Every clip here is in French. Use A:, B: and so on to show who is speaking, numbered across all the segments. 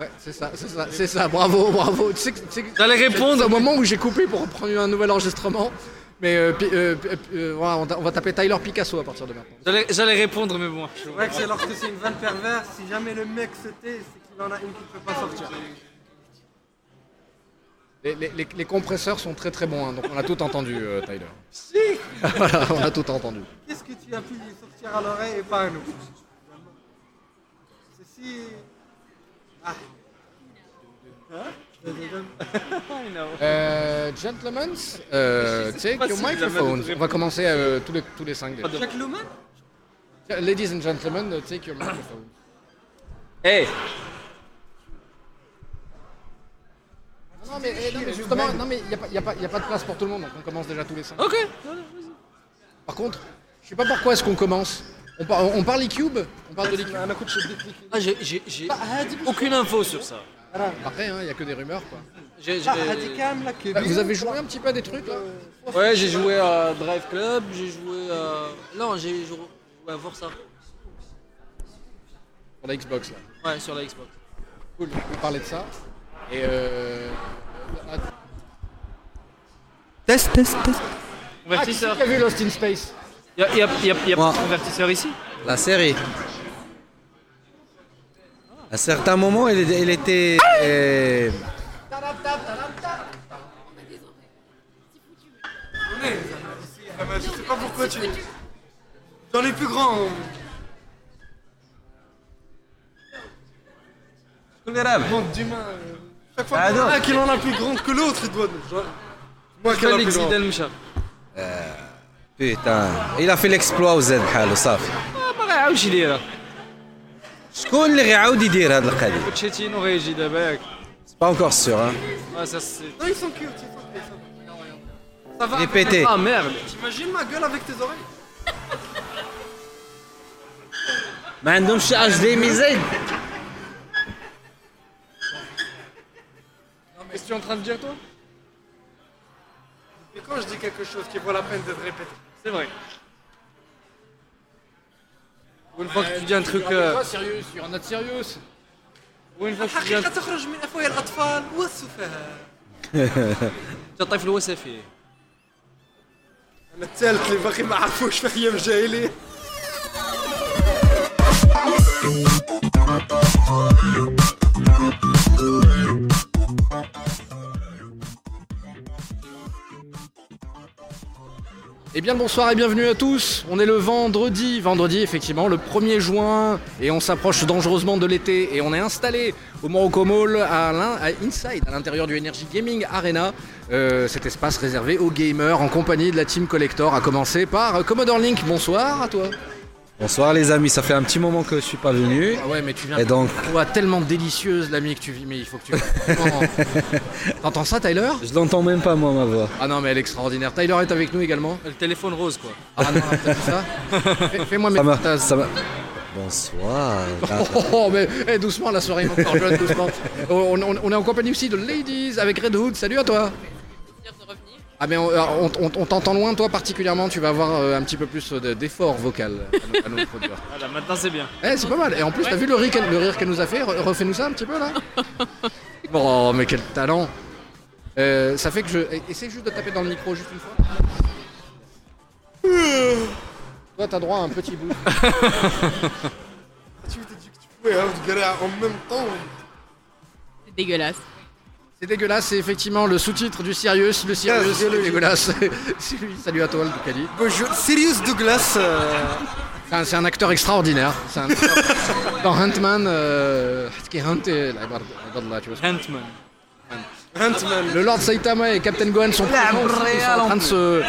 A: Ouais, c'est ça, c'est ça, c'est ça, bravo, bravo. Tu sais que- tu sais que-
B: T'allais
A: C'est
B: répondre
A: au moment où j'ai coupé pour prendre un nouvel enregistrement. Mais euh, pi- euh, pi- euh, voilà, on, ta- on va taper Tyler Picasso à partir de maintenant.
B: J'allais j'allais répondre, mais bon. je-
C: Ouais, que c'est lorsque c'est une vanne perverse, si jamais le mec se tait, c'est qu'il en a une qui ne peut pas sortir.
A: Les, les- les- les compresseurs sont très très bons, hein, donc on a tout entendu, euh, Tyler. Voilà, on a tout entendu.
C: Qu'est-ce que tu as pu lui sortir à l'oreille et pas à nous Ceci. Ah. Hein
A: Euh, gentlemen, euh, take
B: pas
A: your
B: si jamais
A: microphones.
B: de réponse.
A: On va commencer euh, tous les tous les cinq. déjà.
C: Jack Luman
A: Ladies and gentlemen, take your microphones.
B: Hey,
A: Non mais, eh, non, mais justement, non mais il n'y a, pas- y a pas y a pas de place pour tout le monde, donc on commence déjà tous les cinq.
B: ok.
A: Par contre, je sais pas pourquoi est-ce qu'on commence. On, par- on parle e-cube, on parle de l'e-cube.
B: Ah, j'ai- j'ai j'ai
A: Ah,
B: aucune info sur ça.
A: Après, il n'y a que des rumeurs quoi.
B: J'ai-
C: Ah,
B: j'ai-
A: Bah, Vous avez joué un petit peu à des trucs là
B: Ouais, j'ai joué à Drive Club, j'ai joué à. Non, j'ai joué à Forza.
A: Sur la Xbox là.
B: Ouais, sur la Xbox.
A: Cool, on peut parler de ça. Et euh. ah,
C: Test, test,
A: Ah,
C: test.
A: qui c'est
B: Convertisseur.
A: qui a vu Lost in Space
B: Y'a y a, y a, y a
D: Moi.
B: pas de convertisseur ici
D: La série. À certains moments, il, il était. euh,
C: Ah bah, Je sais pas pourquoi tu. Dans les plus grands. on- Monde d'humains. euh, Chaque fois
D: Ah
C: qu'il y en a
D: non.
C: un qui en a plus grande que l'autre, il doit. genre, Moi qui en a plus
B: Félix
C: grande.
B: Idelmoucha.
D: putain, il a fait l'exploit وزاد بحاله صافي.
B: Ah, ما غيعاودش يديرها
D: شكون اللي غيعاود يدير هاد القضية؟
B: بوتشيتينو غيجي دابا ياك
D: C'est pas encore sûr, hein.
B: Ah, ça c'est.
C: Non, ils sont cute, ils sont cute. ils sont cute. Ça va.
D: Il est pété.
B: Ah merde
C: T'imagines ma gueule avec tes oreilles
D: ما عندهمش شي HDMI زايد.
B: Qu'est-ce que tu es en train de dire toi
C: Et quand je dis quelque chose qui vaut la peine d'être répété
B: C'est vrai. Ou une fois que tu dis un truc. euh,
A: Toi, sérieux, sur un autre sérieux.
B: Ou une fois que tu dis un
C: الحقيقة
B: truc.
C: تخرج من أفواه الأطفال والسفهاء
B: T'as le Wasafi.
C: أنا الثالث اللي باقي ما عرفوش في أيام الجاهلية
A: Eh bien, le bonsoir et bienvenue à tous. On est le vendredi, vendredi effectivement, le 1er juin, et on s'approche dangereusement de l'été. Et on est installé au Morocco Mall à, l'in- à Inside, à l'intérieur du Energy Gaming Arena, euh, cet espace réservé aux gamers en compagnie de la team Collector, à commencer par euh, Commodore Link. Bonsoir à toi.
D: Bonsoir les amis, ça fait un petit moment que je suis pas venu.
A: Ah ouais, mais tu viens.
D: Et donc,
A: Ouah, tellement délicieuse l'ami que tu vis, mais il faut que tu. Oh. T'entends ça, Tyler
D: je l'entends même pas moi ma voix.
A: Ah non, mais elle est extraordinaire. Tyler est avec nous également.
B: Le téléphone rose quoi.
A: Ah non, t'as vu ça Fais- Fais-moi mes
D: Ça m'a-
A: patates.
D: ça m'a- Bonsoir.
A: Oh, oh, oh, mais eh, doucement, la soirée est encore jeune, doucement. Oh, On, on- on est en compagnie aussi de Ladies avec Red Hood. Salut à toi.
E: plaisir de revenir.
A: Ah, mais on, on- on- on t'entend loin, toi particulièrement. Tu vas avoir euh, un petit peu plus de- d'effort vocal euh, à nous, à nous produire.
B: Voilà, maintenant c'est bien.
A: Eh, c'est pas mal. Et en plus, t'as vu le rire, qu'elle- le rire qu'elle nous a fait Re- Refais-nous ça un petit peu là. Oh, mais quel talent Euh, Ça fait que je. eh, Essaye juste de taper dans le micro juste une fois. Euh. Toi, t'as droit à un petit bout.
C: Tu t'es dit que tu pouvais hein, te garer en même temps.
E: C'est dégueulasse.
A: C'est dégueulasse, c'est effectivement le sous-titre du Sirius. Le Sirius,
C: Ah, c'est
A: c'est
C: le-
A: dégueulasse. C'est lui. Salut à toi, le Ducali.
C: Bonjour, Sirius Douglas. euh,
A: C'est un, c'est un acteur extraordinaire. C'est un acteur- dans Huntman, euh, qui est Hunt, euh, la- la- tu vois ce que-
B: Hantman.
C: Huntman.
A: Le Lord Saitama et Captain Gohan sont présents, ils sont en train de se.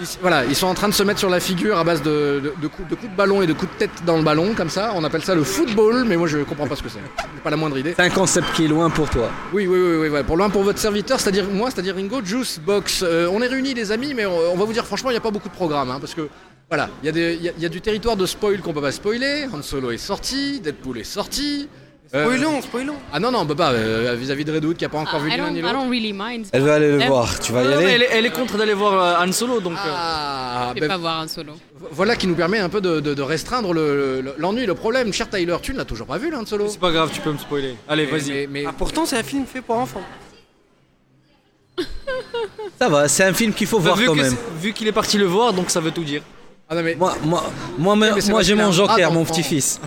A: ils- voilà, ils sont en train de se mettre sur la figure à base de, de- de coups, de coups de ballon et de coups de tête dans le ballon, comme ça. On appelle ça le football, mais moi je comprends pas ce que c'est. J'ai pas la moindre idée.
D: C'est un concept qui est loin pour toi.
A: Oui, oui, oui, oui, ouais. pour loin pour votre serviteur, c'est-à-dire moi, c'est-à-dire Ringo Juice Box. Euh, on est réunis, les amis, mais on, on va vous dire franchement, il n'y a pas beaucoup de programmes, hein, parce que voilà, il y, a des- il y a- il y a du territoire de spoil qu'on peut pas spoiler. Han Solo est sorti, Deadpool est sorti. Euh,
F: Spoilons, spoilons.
A: Ah non, non, on peut pas. euh, Vis-à-vis de Redwood qui a pas encore vu
E: I,
A: l'un
E: don't,
A: ni
E: I
A: l'autre.
E: don't really mind.
D: Elle veut aller le
E: Elle-
D: voir. Tu vas y
G: Eh, Non, mais
D: aller
G: elle, est- elle est contre d'aller voir euh, Han Solo, donc. euh,
A: Ah,
E: Je vais
A: ben,
E: pas voir un solo.
A: voilà qui nous permet un peu de, de- de restreindre le- le- l'ennui, le, problème. Cher Tyler, tu ne l'as toujours pas vu, l'un de solo.
G: C'est pas grave, tu peux me spoiler. Allez,
A: Mais-
G: vas-y.
A: mais- mais-
F: Ah, pourtant, c'est un film fait pour enfants.
D: Ça va, c'est un film qu'il faut
G: Bah,
D: voir
G: vu
D: quand
G: que
D: même.
G: c'est- vu qu'il est parti le voir, donc ça veut tout dire.
A: Ah non, mais-
D: Moi, moi, moi, mais-
A: mais c'est
D: moi
A: parce
D: j'ai
A: qu'il a
D: mon
A: un Ah, bras
D: joker, mon
A: d'enfant.
D: petit-fils.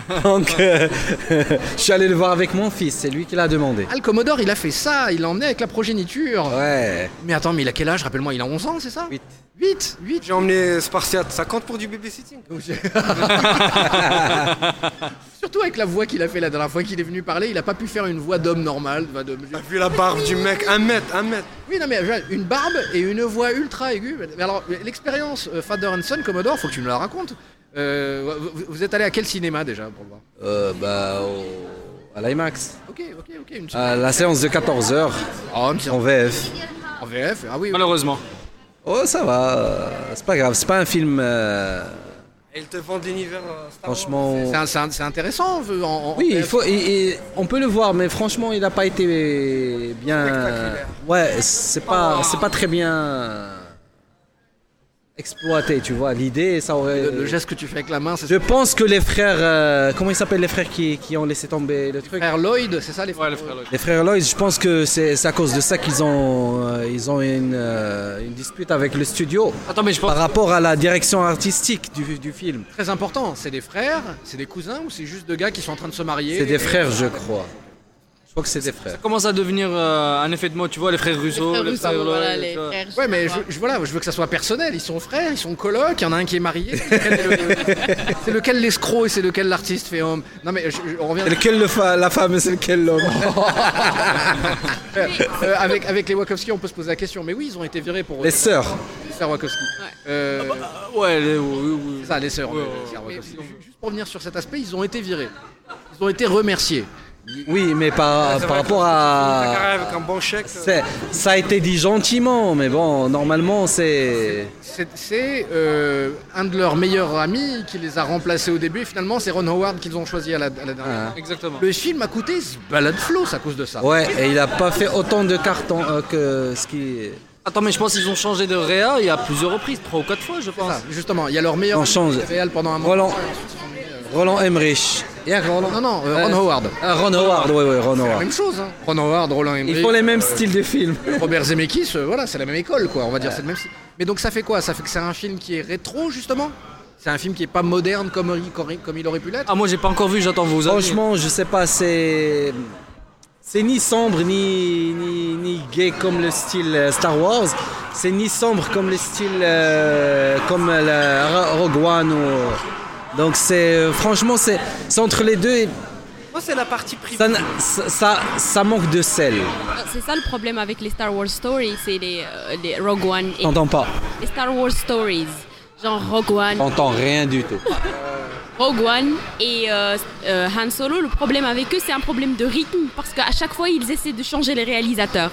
D: Donc, euh, je suis allé le voir avec mon fils, c'est lui qui l'a demandé.
A: Ah, le Commodore, il a fait ça, il l'a emmené avec la progéniture.
D: Ouais.
A: Mais attends, mais il a quel âge Rappelle-moi, il a 11 ans, c'est ça
D: Huit.
A: 8 8
F: J'ai emmené Spartiate, ça compte pour du babysitting.
A: Surtout avec la voix qu'il a fait la dernière fois qu'il est venu parler, il a pas pu faire une voix d'homme normale. enfin, de-
F: T'as vu la barbe du mec Un mètre, un mètre.
A: Oui, non, mais je- une barbe et une voix ultra aiguë. Mais alors, l'expérience euh, Father and Son, Commodore, faut que tu me la racontes. Euh, vous, vous êtes allé à quel cinéma déjà pour le voir
D: Euh, bah, au- à l'IMAX.
A: Ok, ok, ok. Une...
D: À la séance de 14h
A: Oh, une séance
D: en VF.
A: en VF, ah oui. oui.
G: Malheureusement.
D: Oh, ça va, euh, c'est pas grave, c'est pas un film. euh,
F: Et Ils te vendent l'univers euh, Star Wars.
D: franchement.
A: C'est un- c'est un- c'est intéressant. en- en-
D: Oui,
A: en
D: il
A: VF.
D: faut, et- et on peut le voir, mais franchement, il n'a pas été bien.
F: Spectaculaire.
D: Ouais, c'est
A: Oh.
D: pas, c'est pas très bien exploité, tu vois. L'idée, ça aurait.
A: Le, le geste que tu fais avec la main, c'est
D: Je pense que les frères, euh, comment ils s'appellent les frères qui, qui ont laissé tomber le truc
A: frère Lloyd, c'est ça les
G: Ouais, le frère Lloyd.
D: Les frères Lloyd, je pense que c'est c'est à cause de ça qu'ils ont, euh, ils ont une, euh, une dispute avec le studio
G: Attends, mais je pense.
D: par rapport à la direction artistique du, du film.
A: Très important, c'est des frères, c'est des cousins ou c'est juste deux gars qui sont en train de se marier
D: C'est
A: et-
D: des frères, je crois. Je crois que c'est des frères.
G: Ça commence à devenir euh, un effet de mode, tu vois, les frères Russo,
E: frères
G: les
E: Russo,
G: frères Lloyd.
E: voilà, les
G: tu vois.
E: frères, je
A: Ouais,
E: sais
A: mais
E: pas
A: je,
E: quoi.
A: je- voilà, je veux que ça soit personnel. Ils sont frères, ils sont colocs, il y en a un qui est marié. c'est lequel- C'est lequel l'escroc et c'est lequel l'artiste fait homme. Non, mais je- je- on revient
D: Et lequel le fa- la femme et c'est lequel l'homme
A: Euh, avec, avec les Wachowski, on peut se poser la question. Mais oui, ils ont été virés pour
D: Les sœurs.
A: les sœurs Wachowski.
E: Ouais.
A: Euh,
G: Ah, Ouais, les- oui, oui, oui.
A: c'est ça, les sœurs.
G: Ouais,
A: les
G: ouais,
A: sœurs
G: ouais.
A: Wachowski. Juste pour revenir sur cet aspect, ils ont été virés. Ils ont été remerciés.
D: Oui, mais par, par rapport
F: Ta
D: à.
F: carrière avec un bon chèque. euh,
D: c'est- Ça a été dit gentiment, mais bon, normalement, c'est.
A: C'est- C'est euh, un de leurs meilleurs amis qui les a remplacés au début. Et finalement, c'est Ron Howard qu'ils ont choisi à la, à la dernière.
B: Ah.
G: Exactement.
A: Le film a coûté ce balade flots à cause de ça.
D: Ouais, et il a pas fait autant de cartons euh, que ce qui.
G: Attends, mais je pense qu'ils ont changé de réa il y a plusieurs reprises, trois ou quatre fois, je pense.
A: Ça, justement, il y a leur meilleur
D: On change.
A: réel pendant un moment.
D: Roland. Roland Emmerich. Y'a Roland.
A: Non, non, euh,
D: Euh,
A: Ron Howard.
D: Ah, Ron Howard, oui, oui, Ron Howard.
A: Même chose, hein. Ron Howard, Roland
D: Ils
A: Emmerich,
D: font les mêmes styles de films.
A: Robert Zemeckis, euh, voilà, c'est la même école, quoi. On va dire, c'est le même. style. Mais donc, ça fait quoi Ça fait que c'est un film qui est rétro, justement. C'est un film qui est pas moderne comme, il- comme il- comme il aurait pu l'être.
G: Ah, moi j'ai pas encore vu, j'attends vos avis.
D: Franchement, je sais pas, c'est. C'est ni sombre ni, ni, ni gay comme le style euh, Star Wars. C'est ni sombre comme le style euh, comme la Ro- Rogue One. ou- Donc c'est euh, franchement c'est c'est entre les deux et
F: Moi, c'est la partie privée.
D: ça, n- ça, ça, ça manque de sel.
E: Ah, C'est ça le problème avec les Star Wars Stories, c'est les, euh, les Rogue One et
D: T'entends pas
E: les Star Wars Stories. Genre Rogue One,
D: T'entends rien du tout.
E: Rogue One et euh, euh, Han Solo, le problème avec eux, c'est un problème de rythme parce qu'à chaque fois, ils essaient de changer les réalisateurs.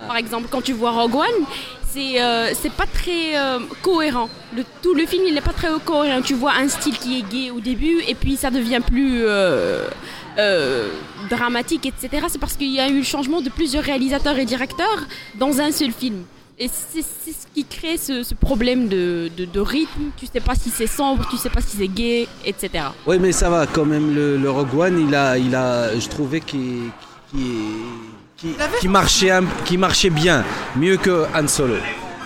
A: Ah.
E: Par exemple, quand tu vois Rogue One, c'est euh, c'est pas très euh, cohérent. Le, tout le film, il n'est pas très cohérent. Tu vois un style qui est gay au début et puis ça devient plus euh, euh, dramatique, etc. C'est parce qu'il y a eu le changement de plusieurs réalisateurs et directeurs dans un seul film. Et c'est c'est ce qui crée ce, ce problème de, de- de rythme. Tu sais pas si c'est sombre, tu sais pas si c'est gay, etc.
D: Oui, mais ça va quand même. Le, le Rogue One, il a, il a, je trouvais qu'il qu'il- qu'il- qu'il marchait, un- qu'il marchait bien, mieux que Han Solo.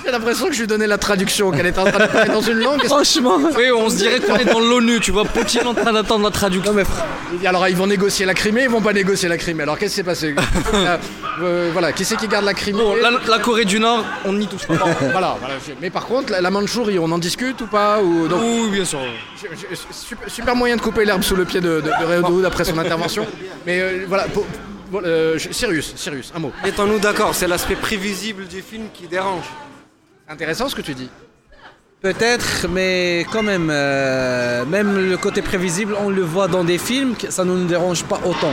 A: J'ai l'impression que je lui donnais la traduction, qu'elle était en train de parler dans une langue.
D: Franchement.
G: Oui, on se dirait qu'on est dans l'ONU, tu vois, Poutine en train d'attendre la traduction.
D: Non mais
A: Et Alors ils vont négocier la Crimée, ils vont pas négocier la Crimée. Alors qu'est-ce qui s'est passé Euh, euh, Voilà, qui c'est qui garde la Crimée
B: Oh,
G: Bon, la, la Corée du Nord, on n'y touche pas.
A: Voilà, voilà. Mais par contre, la, la Mandchourie, on en discute ou pas ou... Donc,
G: oui, bien sûr.
A: je- je- super, super moyen de couper l'herbe sous le pied de, de, de Rehoud après son intervention. Mais euh, voilà, pour- pour- euh, je- Sirius, Sirius, un mot.
F: Mettons-nous d'accord, c'est l'aspect prévisible du film qui dérange.
A: Intéressant ce que tu dis.
D: peut-être, mais quand même, euh, même le côté prévisible, on le voit dans des films, que ça ne nous dérange pas autant.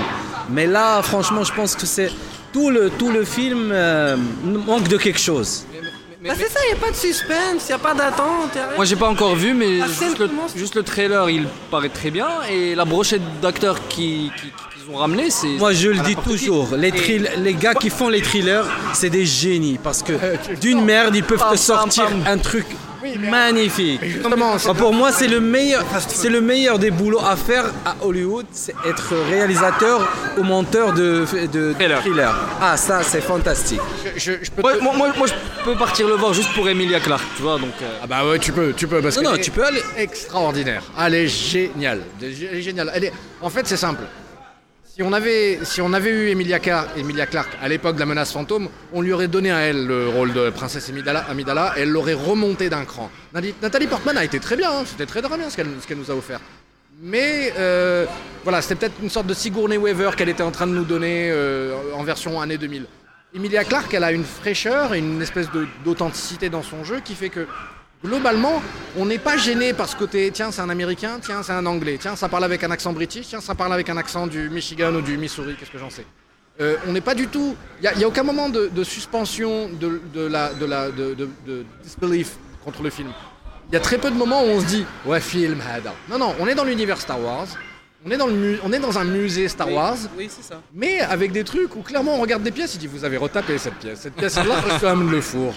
D: Mais là, franchement, je pense que c'est tout le tout le film euh, manque de quelque chose.
G: Mais, mais- mais Mais-
D: Bah,
G: mais-
D: c'est ça, il n'y a pas de suspense, il n'y a pas d'attente. y a rien.
G: Moi j'ai pas encore vu, mais
D: La scène
G: juste le,
D: commence-
G: juste le trailer il paraît très bien et la brochette d'acteurs qui- qui- qu'ils ont ramené c'est.
D: Moi, je le
G: à
D: dis
G: n'importe qui.
D: toujours, les, thrill- les gars qui font les thrillers, c'est des génies parce que d'une merde, ils peuvent
G: Pam,
D: te
G: pam,
D: sortir
G: pam.
D: un truc magnifique.
A: Justement,
D: Ah, pour moi, c'est le meilleur, c'est le meilleur des boulots à faire à Hollywood, c'est être réalisateur ou monteur de, de, de
G: Trailer.
D: thriller. Ah, ça, c'est fantastique.
A: je, je peux.
G: Ouais,
A: te-
G: moi, moi- moi, je peux partir le voir juste pour Emilia Clarke, tu vois donc. euh,
A: Ah bah ouais, tu peux, tu peux, parce
D: Non,
A: que
D: non,
A: elle
D: tu
A: est
D: peux aller.
A: extraordinaire. Elle est géniale, elle est géniale. Elle est- En fait, c'est simple. Si on avait, si on avait eu Emilia, Car- Emilia Clarke à l'époque de la menace fantôme, on lui aurait donné à elle le rôle de princesse Amidala, Amidala et elle l'aurait remonté d'un cran. Nali- Nathalie Portman a été très bien, hein, c'était très très bien ce qu'elle ce qu'elle nous a offert. Mais euh, voilà, c'était peut-être une sorte de Sigourney Weaver qu'elle était en train de nous donner euh, en version année 2000. Emilia Clarke, elle a une fraîcheur et une espèce de- d'authenticité dans son jeu qui fait que globalement, on n'est pas gêné par ce côté tiens, c'est un américain, tiens, c'est un anglais, tiens, ça parle avec un accent british, tiens, ça parle avec un accent du Michigan ou du Missouri, qu'est-ce que j'en sais. Euh, on n'est pas du tout. Il n'y a, aucun moment de, de suspension de, de la, de, la, de, de- de disbelief contre le film. Il y a très peu de moments où on se dit ouais, film, hada. Non, non, on est dans l'univers Star Wars. On est, dans le mu- on est dans un musée Star Wars,
D: Oui, c'est ça.
A: mais avec des trucs où clairement on regarde des pièces, il dit vous avez retapé cette pièce, cette pièce là ressemble le four.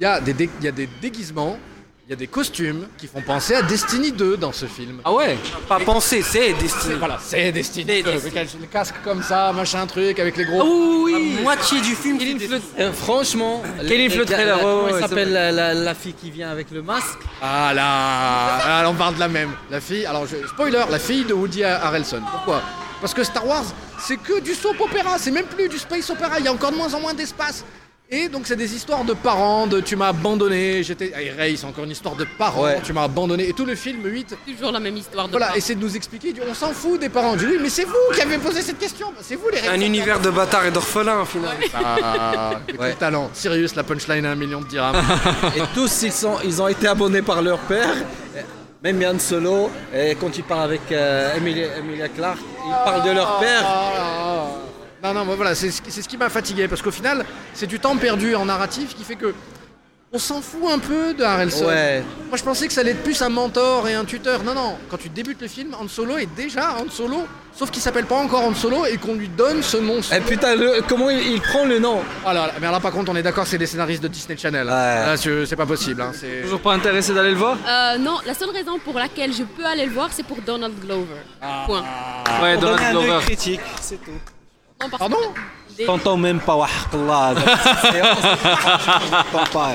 A: Il y, a des dé- il y a des déguisements, il y a des costumes qui font penser à Destiny 2 dans ce film.
G: Ah ouais
C: Pas penser, c'est destiné.
A: Voilà, c'est Destiny
C: C'est
A: 2,
C: Destiny.
A: avec le casque comme ça, machin truc, avec les
G: Ah
B: Ah
A: gros...
C: La moitié du film qui
G: Fleur.
D: franchement,
G: Kelly
D: les-
G: Flood
D: la-
G: Trailer,
D: la-
G: ouais,
D: comment
G: ouais,
D: elle
G: c'est
D: s'appelle la, la- la fille qui vient avec le masque
A: Ah là, ah, on parle de la même. La fille, alors je- spoiler, la fille de Woody Harrelson. Pourquoi Parce que Star Wars, c'est que du soap opéra, c'est même plus du space opéra, il y a encore de moins en moins d'espace. Et donc c'est des histoires de parents, de tu m'as abandonné, j'étais... Ah, et Ray, c'est encore une histoire de parents,
D: Ouais.
A: tu m'as abandonné. Et tout le film 8,
E: Toujours la même histoire de
A: voilà,
E: parents.
A: essaie de nous expliquer, on s'en fout des parents. Je dis oui, mais c'est vous qui avez posé cette question, c'est vous les
C: Un
A: responsables.
C: univers de bâtards et d'orphelins, au final.
A: Ah, quel talent. Sirius, la punchline à un million de dirhams.
D: et tous ils, sont, ils ont été abonnés par leur père. Même Yann Solo, et quand il parle avec euh, Emilia, Emilia Clarke, ils parlent de leur père.
A: Ah. Non, non, moi, voilà, c'est ce qui- c'est ce qui m'a fatigué parce qu'au final, c'est du temps perdu en narratif qui fait que on s'en fout un peu de Harrelson.
D: Ouais.
A: Moi, je pensais que ça allait être plus un mentor et un tuteur. Non, non, quand tu débutes le film, Han Solo est déjà Han Solo, sauf qu'il s'appelle pas encore Han Solo et qu'on lui donne ce monstre.
D: Et putain, le- comment il, il prend le nom
A: Ah là là, mais là, par contre, on est d'accord, c'est des scénaristes de Disney Channel. hein.
D: Ouais.
A: Là, c'est c'est pas possible. hein, c'est-
G: Toujours pas intéressé d'aller le voir
E: Euh, non, la seule raison pour laquelle je peux aller le voir, c'est pour Donald Glover.
A: Ah.
E: Point.
G: Ouais,
C: Ah.
G: Donald
C: On donne un œil
G: Glover.
C: critique, c'est tout.
E: Non, parce
A: Pardon
E: que des-
C: T'entends même pas Wahqallah.
D: Ah,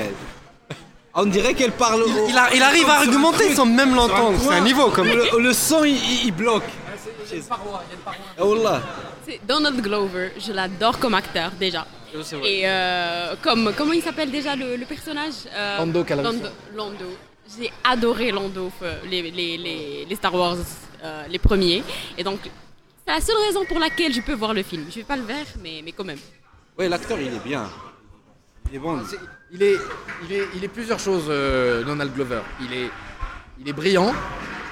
D: On dirait qu'elle parle au-
C: Il, a- il arrive à argumenter sans même l'entendre. C'est un niveau comme.
D: Le, le son, il, il- il bloque. Oh là.
E: c'est Donald Glover, je l'adore comme acteur déjà. Et euh, comme comment il s'appelle déjà le, le personnage Euh,
A: Lando Calrissian.
E: Lando. Lando. J'ai adoré Lando, euh, les, les- les- les Star Wars, euh, les premiers. Et donc, c'est la seule raison pour laquelle je peux voir le film. Je vais pas le voir, mais, mais quand même.
C: Ouais, l'acteur il est bien. Il est bon.
A: C'est- Il est, il, est, il est plusieurs choses, euh, Donald Glover. Il est, il est brillant.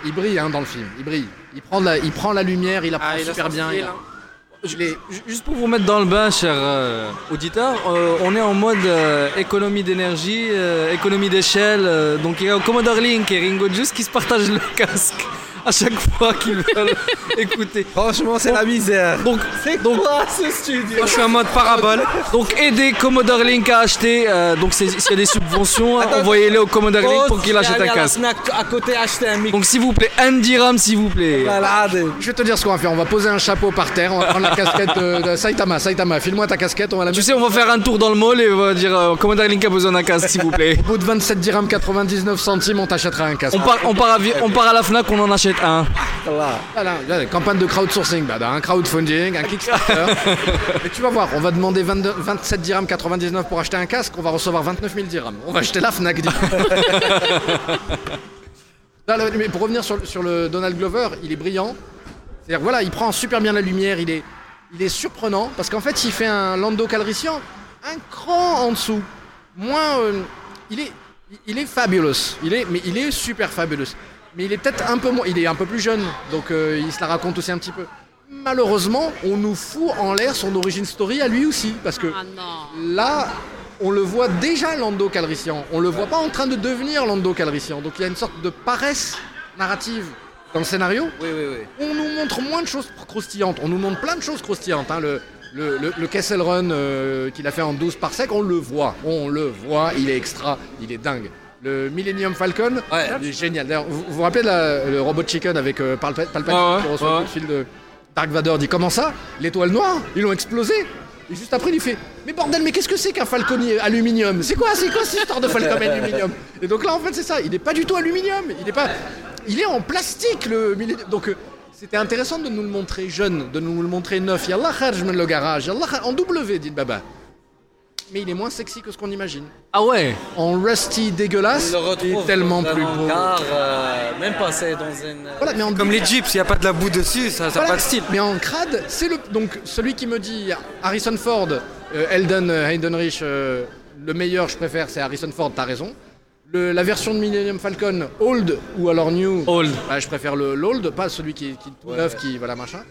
A: Il brille hein, dans le film. Il brille. Il prend, de la, il prend la lumière, il la prend
C: Ah, il a
A: super
C: sorti,
A: bien. il a-
C: là.
A: il est-
G: Ju- Juste pour vous mettre dans le bain, chers euh, auditeurs, euh, on est en mode euh, économie d'énergie, euh, économie d'échelle. euh, donc il y a Commodore Link et Ringo Juice qui se partagent le casque à chaque fois qu'ils veulent écouter.
D: Franchement, c'est la misère.
G: Donc,
D: C'est quoi ce studio
G: moi je suis en mode parabole. Donc aidez Commodore Link à acheter. euh, donc c'est- s'il y a des subventions, hein,
D: Attends,
G: envoyez-les au Commodore Link pour qu'il
D: Oh,
G: achète
D: aller
G: un
D: à la
G: casque.
D: Fnac à côté acheter un micro.
G: Donc s'il vous plaît, un dirham s'il vous plaît.
A: Je vais te dire ce qu'on va faire. On va poser un chapeau par terre. On va prendre la casquette euh, de, de Saitama. Saitama, file-moi ta casquette. On va la
G: Tu
A: mettre
G: sais, on va faire un tour dans le mall et on va dire euh, Commodore Link a besoin d'un casque s'il vous plaît.
A: au bout de 27 dirhams 99 centimes. On t'achètera un casque.
G: On part, on, part à, vi- on part à la FNAC, on en achète un.
A: Voilà, voilà, campagne de crowdsourcing, bah, un crowdfunding, un Kickstarter. Et tu vas voir, on va demander 22 27 dirhams 99 pour acheter un casque, on va recevoir 29 000 dirhams. On va acheter la Fnac. dis- Non, le- mais pour revenir sur, le- sur le Donald Glover, il est brillant. C'est-à-dire voilà, il prend super bien la lumière, il est, il est surprenant parce qu'en fait, il fait un Lando Calrissian un cran en dessous. Moins, euh, il est, il est fabulous. Il est, mais il est super fabulous. Mais il est peut-être un peu moins, il est un peu plus jeune, donc euh, il se la raconte aussi un petit peu.
G: Euh,
A: Malheureusement, on nous fout en l'air son origin story à lui aussi parce que
E: Ah non.
A: là, on le voit déjà Lando Calrissian. On le voit pas en train de devenir Lando Calrissian. Donc il y a une sorte de paresse narrative dans le scénario.
G: Oui, oui, oui.
A: On nous montre moins de choses croustillantes. On nous montre plein de choses croustillantes. hein. Le, le, le- le Kessel Run euh, qu'il a fait en 12 par sec, on le voit. On le voit. Il est extra. Il est dingue. Le Millennium Falcon,
G: Ouais.
A: il est génial. D'ailleurs, vous vous vous rappelez de la- le Robot Chicken avec euh, Palpa- Palpatine
G: Ouais, ouais,
A: qui
G: ouais.
A: reçoit le coup de fil de euh, Dark Vador dit Comment ça L'étoile noire Ils l'ont explosé Et juste après, il fait Mais bordel, mais qu'est-ce que c'est qu'un Falcon aluminium C'est quoi C'est quoi cette histoire de Falcon aluminium Et donc là, en fait, c'est ça. Il n'est pas du tout aluminium. Il est pas. Il est en plastique, le Millennium. Donc. euh, c'était intéressant de nous le montrer jeune, de nous le montrer neuf. Yallah kharj men le garage, yallah kharj- en W, dit le baba. Mais il est moins sexy que ce qu'on imagine.
G: Ah ouais
A: En rusty dégueulasse, il est tellement plus beau.
D: Car euh, même passé dans une. euh,
A: Voilà, mais en
C: Comme les Jeeps, il n'y a pas de la boue dessus, ça n'a
A: Voilà.
C: pas de style.
A: Mais en crade, c'est le donc celui qui me dit Harrison Ford, euh, Elden euh, Heidenreich, euh, le meilleur, je préfère, c'est Harrison Ford. T'as raison. Le- la version de Millennium Falcon, old ou alors new.
G: Old.
A: Bah, je préfère le l'old, pas celui qui est qui est tout neuf, qui voilà machin.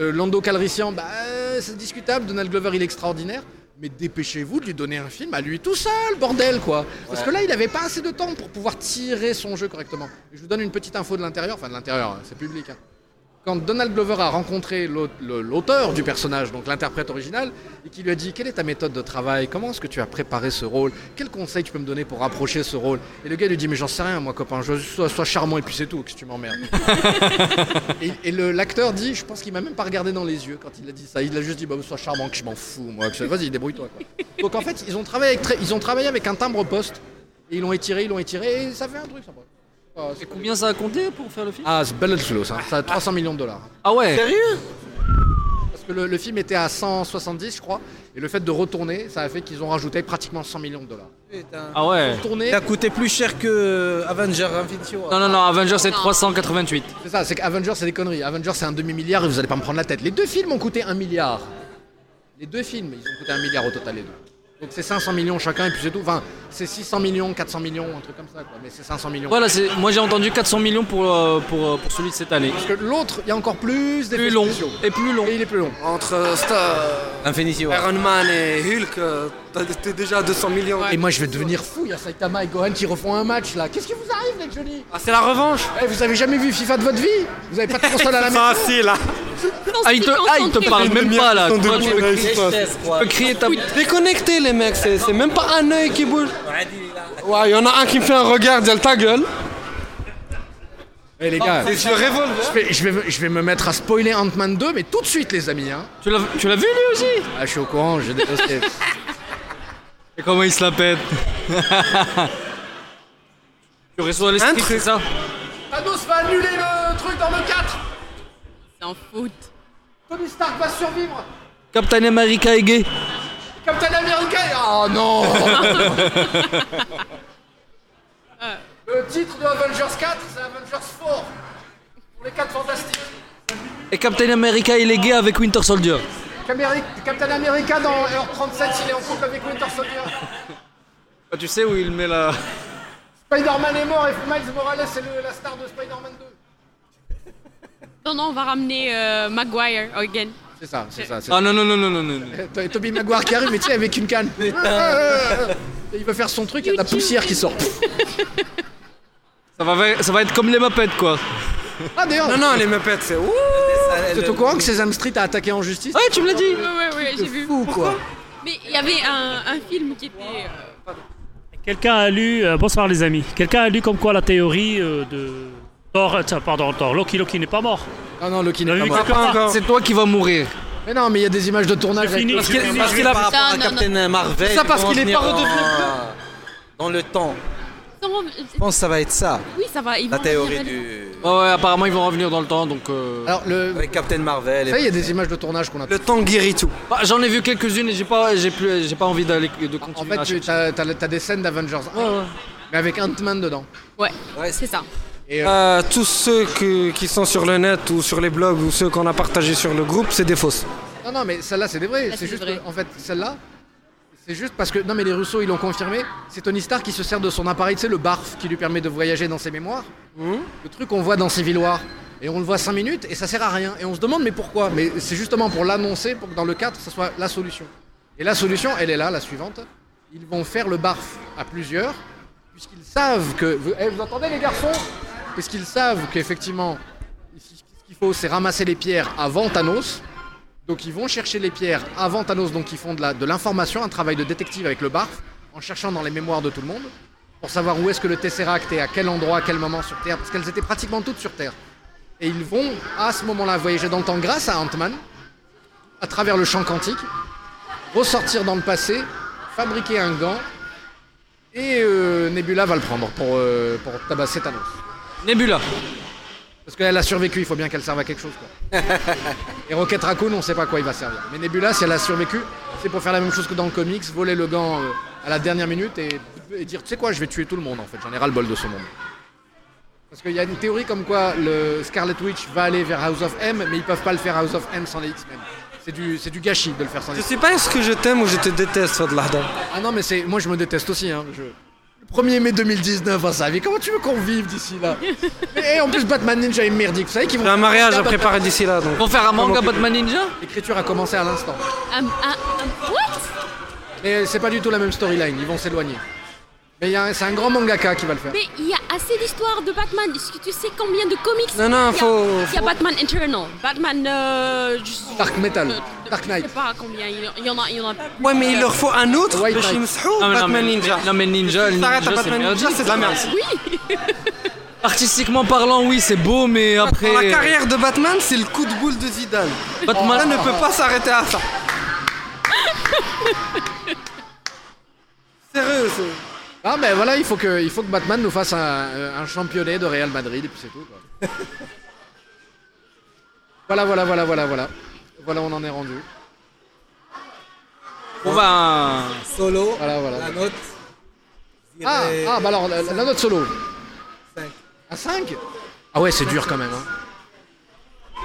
A: Euh, Lando Calrissian, bah euh, c'est discutable. Donald Glover, il est extraordinaire. Mais dépêchez-vous de lui donner un film à lui tout seul, bordel quoi. Parce que là, il avait pas assez de temps pour pouvoir tirer son jeu correctement. Je vous donne une petite info de l'intérieur, enfin de l'intérieur, hein, c'est public. hein. Quand Donald Glover a rencontré l'au- le- l'auteur du personnage, donc l'interprète original, et qui lui a dit quelle est ta méthode de travail, comment est-ce que tu as préparé ce rôle, quel conseil tu peux me donner pour rapprocher ce rôle, et le gars lui dit mais j'en sais rien moi copain, je, sois, sois charmant et puis c'est tout, que tu m'emmerdes. et et le- l'acteur dit je pense qu'il m'a même pas regardé dans les yeux quand il a dit ça, il a juste dit bah sois charmant que je m'en fous moi, que ça- vas-y débrouille-toi. quoi. Donc en fait ils ont travaillé avec, très- ils ont travaillé avec un timbre poste, et ils l'ont étiré, ils l'ont étiré et ça fait un truc sympa. Ah, c'est-
G: Combien ça a compté pour faire le film
A: Ah, c'est belle slow, ça. Ça a 300 millions de dollars.
G: Ah ouais
A: Parce que le, le film était à 170, je crois, et le fait de retourner, ça a fait qu'ils ont rajouté pratiquement 100 millions de dollars.
F: hein.
G: Ah ouais
A: Retourner,
D: Il a coûté plus cher que Avenger Infinity War.
G: Non, non, non, Avengers c'est
E: Non.
G: 388.
A: c'est ça, c'est qu'Avengers, c'est des conneries. Avengers, c'est un demi-milliard et vous allez pas me prendre la tête. Les deux films ont coûté un milliard. Les deux films, ils ont coûté un milliard au total, les deux. Donc c'est 500 millions chacun, et puis c'est tout. Enfin, c'est 600 millions, 400 millions, un truc comme ça, quoi. Mais c'est 500 millions.
G: Voilà, c'est- moi j'ai entendu 400 millions pour, euh, pour, euh, pour celui de cette année.
A: Parce que l'autre, il y a encore plus d'effets
G: Plus long
A: spéciaux.
G: et plus long.
A: Et il est plus long.
C: Entre euh, Star-
D: Infinity War.
C: Iron Man et Hulk, euh, t'as- t'es déjà à 200 millions.
A: Et moi, je vais devenir fou. Il y a Saitama et Gohan qui refont un match, là. Qu'est-ce qui vous arrive, les Johnny
C: Ah, c'est la revanche
A: Eh, Vous avez jamais vu FIFA de votre vie Vous avez pas de console à la maison
C: si, là
G: Ah, il te, ah, il te parle même pas là. Toi, tu
B: Ah,
G: peux crier- tu peux crier ta.
C: Déconnecté les mecs, c'est c'est même pas un œil qui bouge. Ouais, y en a un qui me fait un regard, il ta gueule.
A: Eh les gars,
C: C'est le revolver.
A: je vais, je vais- je vais me mettre à spoiler Ant-Man 2, mais tout de suite, les amis. Hein.
G: Tu l'as tu l'as vu lui aussi
A: Ah, je suis au courant, j'ai détesté.
G: Et comment il se la pète Tu reçois
C: Un
G: l'esprit,
C: truc.
G: c'est ça
A: Thanos va annuler le truc dans le 4
E: S'en fout.
A: Tony Stark va survivre
G: Captain America est gay.
A: Captain America est- Oh non Le titre de Avengers 4, c'est Avengers 4 Pour les 4 fantastiques
G: Et Captain America il est gay avec Winter Soldier.
A: Cameri- Captain America dans Heure 37, il est en couple avec Winter Soldier
G: Ah, tu sais où il met la.
A: Spider-Man est mort et Miles Morales est le- la star de Spider-Man 2
E: Non, non, on va ramener euh, Maguire again.
A: C'est ça, c'est ça, c'est
G: Ah non, non, non, non, non, non. non.
A: T'as Toby Maguire qui arrive, mais tu sais, avec une canne. Et il va faire son truc, il y a de la poussière qui sort.
G: Ça va, ver- ça va être comme les Muppets quoi.
A: Ah, d'ailleurs,
C: Non, non, les Muppets, c'est ouh
A: vous êtes au courant que Sesame Street a attaqué en justice
G: Ouais, tu me l'as dit
E: Ouais, ouais, ouais, j'ai vu.
A: Ou quoi
E: Mais il y avait un, un film qui était. euh,
H: Quelqu'un a lu, euh, bonsoir les amis, quelqu'un a lu comme quoi la théorie euh, de Thor, euh, tiens, pardon, Thor, Loki Loki n'est pas mort.
A: Non, Ah non, Loki
H: Vous
A: n'est
H: avez
A: pas
H: vu
A: mort.
H: quelque part
C: encore.
G: C'est toi qui vas mourir.
A: Mais non, mais il y a des images de tournage.
H: C'est fini,
A: avec-
H: c'est fini.
D: Parce qu'il a par rapport à
E: Non, non, non.
D: Captain Marvel.
C: C'est ça parce qu'il est
D: ils
C: pas
D: vont en venir
C: redevenu
D: en- Dans le temps.
E: non,
D: Je pense que ça va être ça,
E: oui, ça va. ils
D: la
E: vont
D: théorie
E: revenir à-
D: du.
G: Ouais, ouais, apparemment ils vont revenir dans le temps donc. euh,
A: Alors, le...
D: Avec Captain Marvel.
A: ça, il y a des images de tournage qu'on a.
C: Le temps guérit tout.
G: bah, J'en ai vu quelques-unes et j'ai pas, j'ai plus, j'ai pas envie d'aller de continuer.
A: En
G: à
A: fait, tu
G: chercher.
A: as, des scènes d'Avengers 1,
G: Ouais, ouais.
A: mais avec Ant-Man dedans.
E: Ouais,
D: Ouais,
E: c'est ça.
A: Et euh,
C: Euh, tous ceux que- qui sont sur le net ou sur les blogs ou ceux qu'on a partagés sur le groupe, c'est des fausses.
A: Non, non, mais celle-là, c'est des vrais.
E: Là,
A: C'est
E: c'est
A: juste,
E: des vrais.
A: que, en fait, celle-là, c'est juste parce que. Non, mais les Russos, ils l'ont confirmé. C'est Tony Stark qui se sert de son appareil, tu sais, le barf qui lui permet de voyager dans ses mémoires. Le truc qu'on voit dans Civil War. Et on le voit 5 minutes et ça sert à rien. Et on se demande, mais pourquoi Mais c'est justement pour l'annoncer, pour que dans le 4, ça soit la solution. Et la solution, elle est là, la suivante. ils vont faire le barf à plusieurs, puisqu'ils savent que. Vous, eh, vous entendez les garçons Parce qu'ils savent qu'effectivement, ce qu'il faut, c'est ramasser les pierres avant Thanos. Donc ils vont chercher les pierres avant Thanos, donc ils font de la- de l'information, un travail de détective avec le barf, en cherchant dans les mémoires de tout le monde, pour savoir où est-ce que le Tesseract est, à quel endroit, à quel moment sur Terre, parce qu'elles étaient pratiquement toutes sur Terre. Et ils vont, à ce moment-là, voyager dans le temps grâce à Ant-Man, à travers le champ quantique, ressortir dans le passé, fabriquer un gant, et euh, Nebula va le prendre pour, euh, pour tabasser Thanos.
G: Nebula.
A: Parce qu'elle a survécu, il faut bien qu'elle serve à quelque chose. Quoi. et Rocket Raccoon, on sait pas à quoi il va servir. Mais Nebula, si elle a survécu, c'est pour faire la même chose que dans le comics, voler le gant euh, à la dernière minute et, et dire, tu sais quoi, je vais tuer tout le monde en fait, j'en ai ras-le-bol de ce monde. Parce qu'il y a une théorie comme quoi le Scarlet Witch va aller vers House of M, mais ils peuvent pas le faire House of M sans les X-Men. C'est du, c'est du gâchis de le faire sans les
C: Je sais pas est-ce que je t'aime ou je te déteste, Fadlahda.
A: ah non, mais c'est moi je me déteste aussi. Hein. Je... Le 1er mai 2019, hein, ça. Mais comment tu veux qu'on vive d'ici là Et en plus, Batman Ninja est merdique. Vous savez qu'ils vont.
C: J'ai un mariage à
A: Batman-
C: préparer d'ici là, donc.
G: Pour faire un manga Batman Ninja
A: L'écriture a commencé à l'instant.
E: Un- un- un- Euh, what
A: Mais c'est pas du tout la même storyline. Ils vont s'éloigner. Mais il y a un- c'est un grand mangaka qui va le faire.
E: Mais il y a assez d'histoires de Batman. Est-ce que tu sais combien de comics
C: Non, non,
E: il y a-
C: faut-
E: Il y a Batman Eternal, Batman. euh, je-
A: Dark Metal,
E: euh,
A: Dark
E: Je
A: Knight.
E: sais pas combien. Il y en- il y en a. Il y en a.
C: Ouais, mais il leur faut un autre
A: White
C: de
A: Knight.
C: chez Msou, Batman
G: mais,
C: Ninja.
G: Non mais Ninja, le
C: T'arrêtes à
G: Ninja, c'est
C: Batman Ninja,
G: merdique.
C: c'est de la merde.
E: Oui.
G: Artistiquement parlant, oui, c'est beau, mais
C: Dans la
G: après...
C: carrière de Batman, c'est le coup de boule de Zidane.
G: Batman-
C: Batman ne peut pas s'arrêter à ça. Sérieux, c'est-
A: Ah, mais voilà, il faut que, il faut que Batman nous fasse un, un championnat de Real Madrid et puis c'est tout. quoi. voilà, voilà, voilà, voilà, voilà. Voilà, on en est rendu.
G: On va...
I: Solo,
A: Voilà, voilà.
I: la note. je
A: Ah,
I: dirais
A: ah, bah alors, la, la note solo.
I: cinq.
A: À 5 Ah ouais, c'est dur quand même. hein.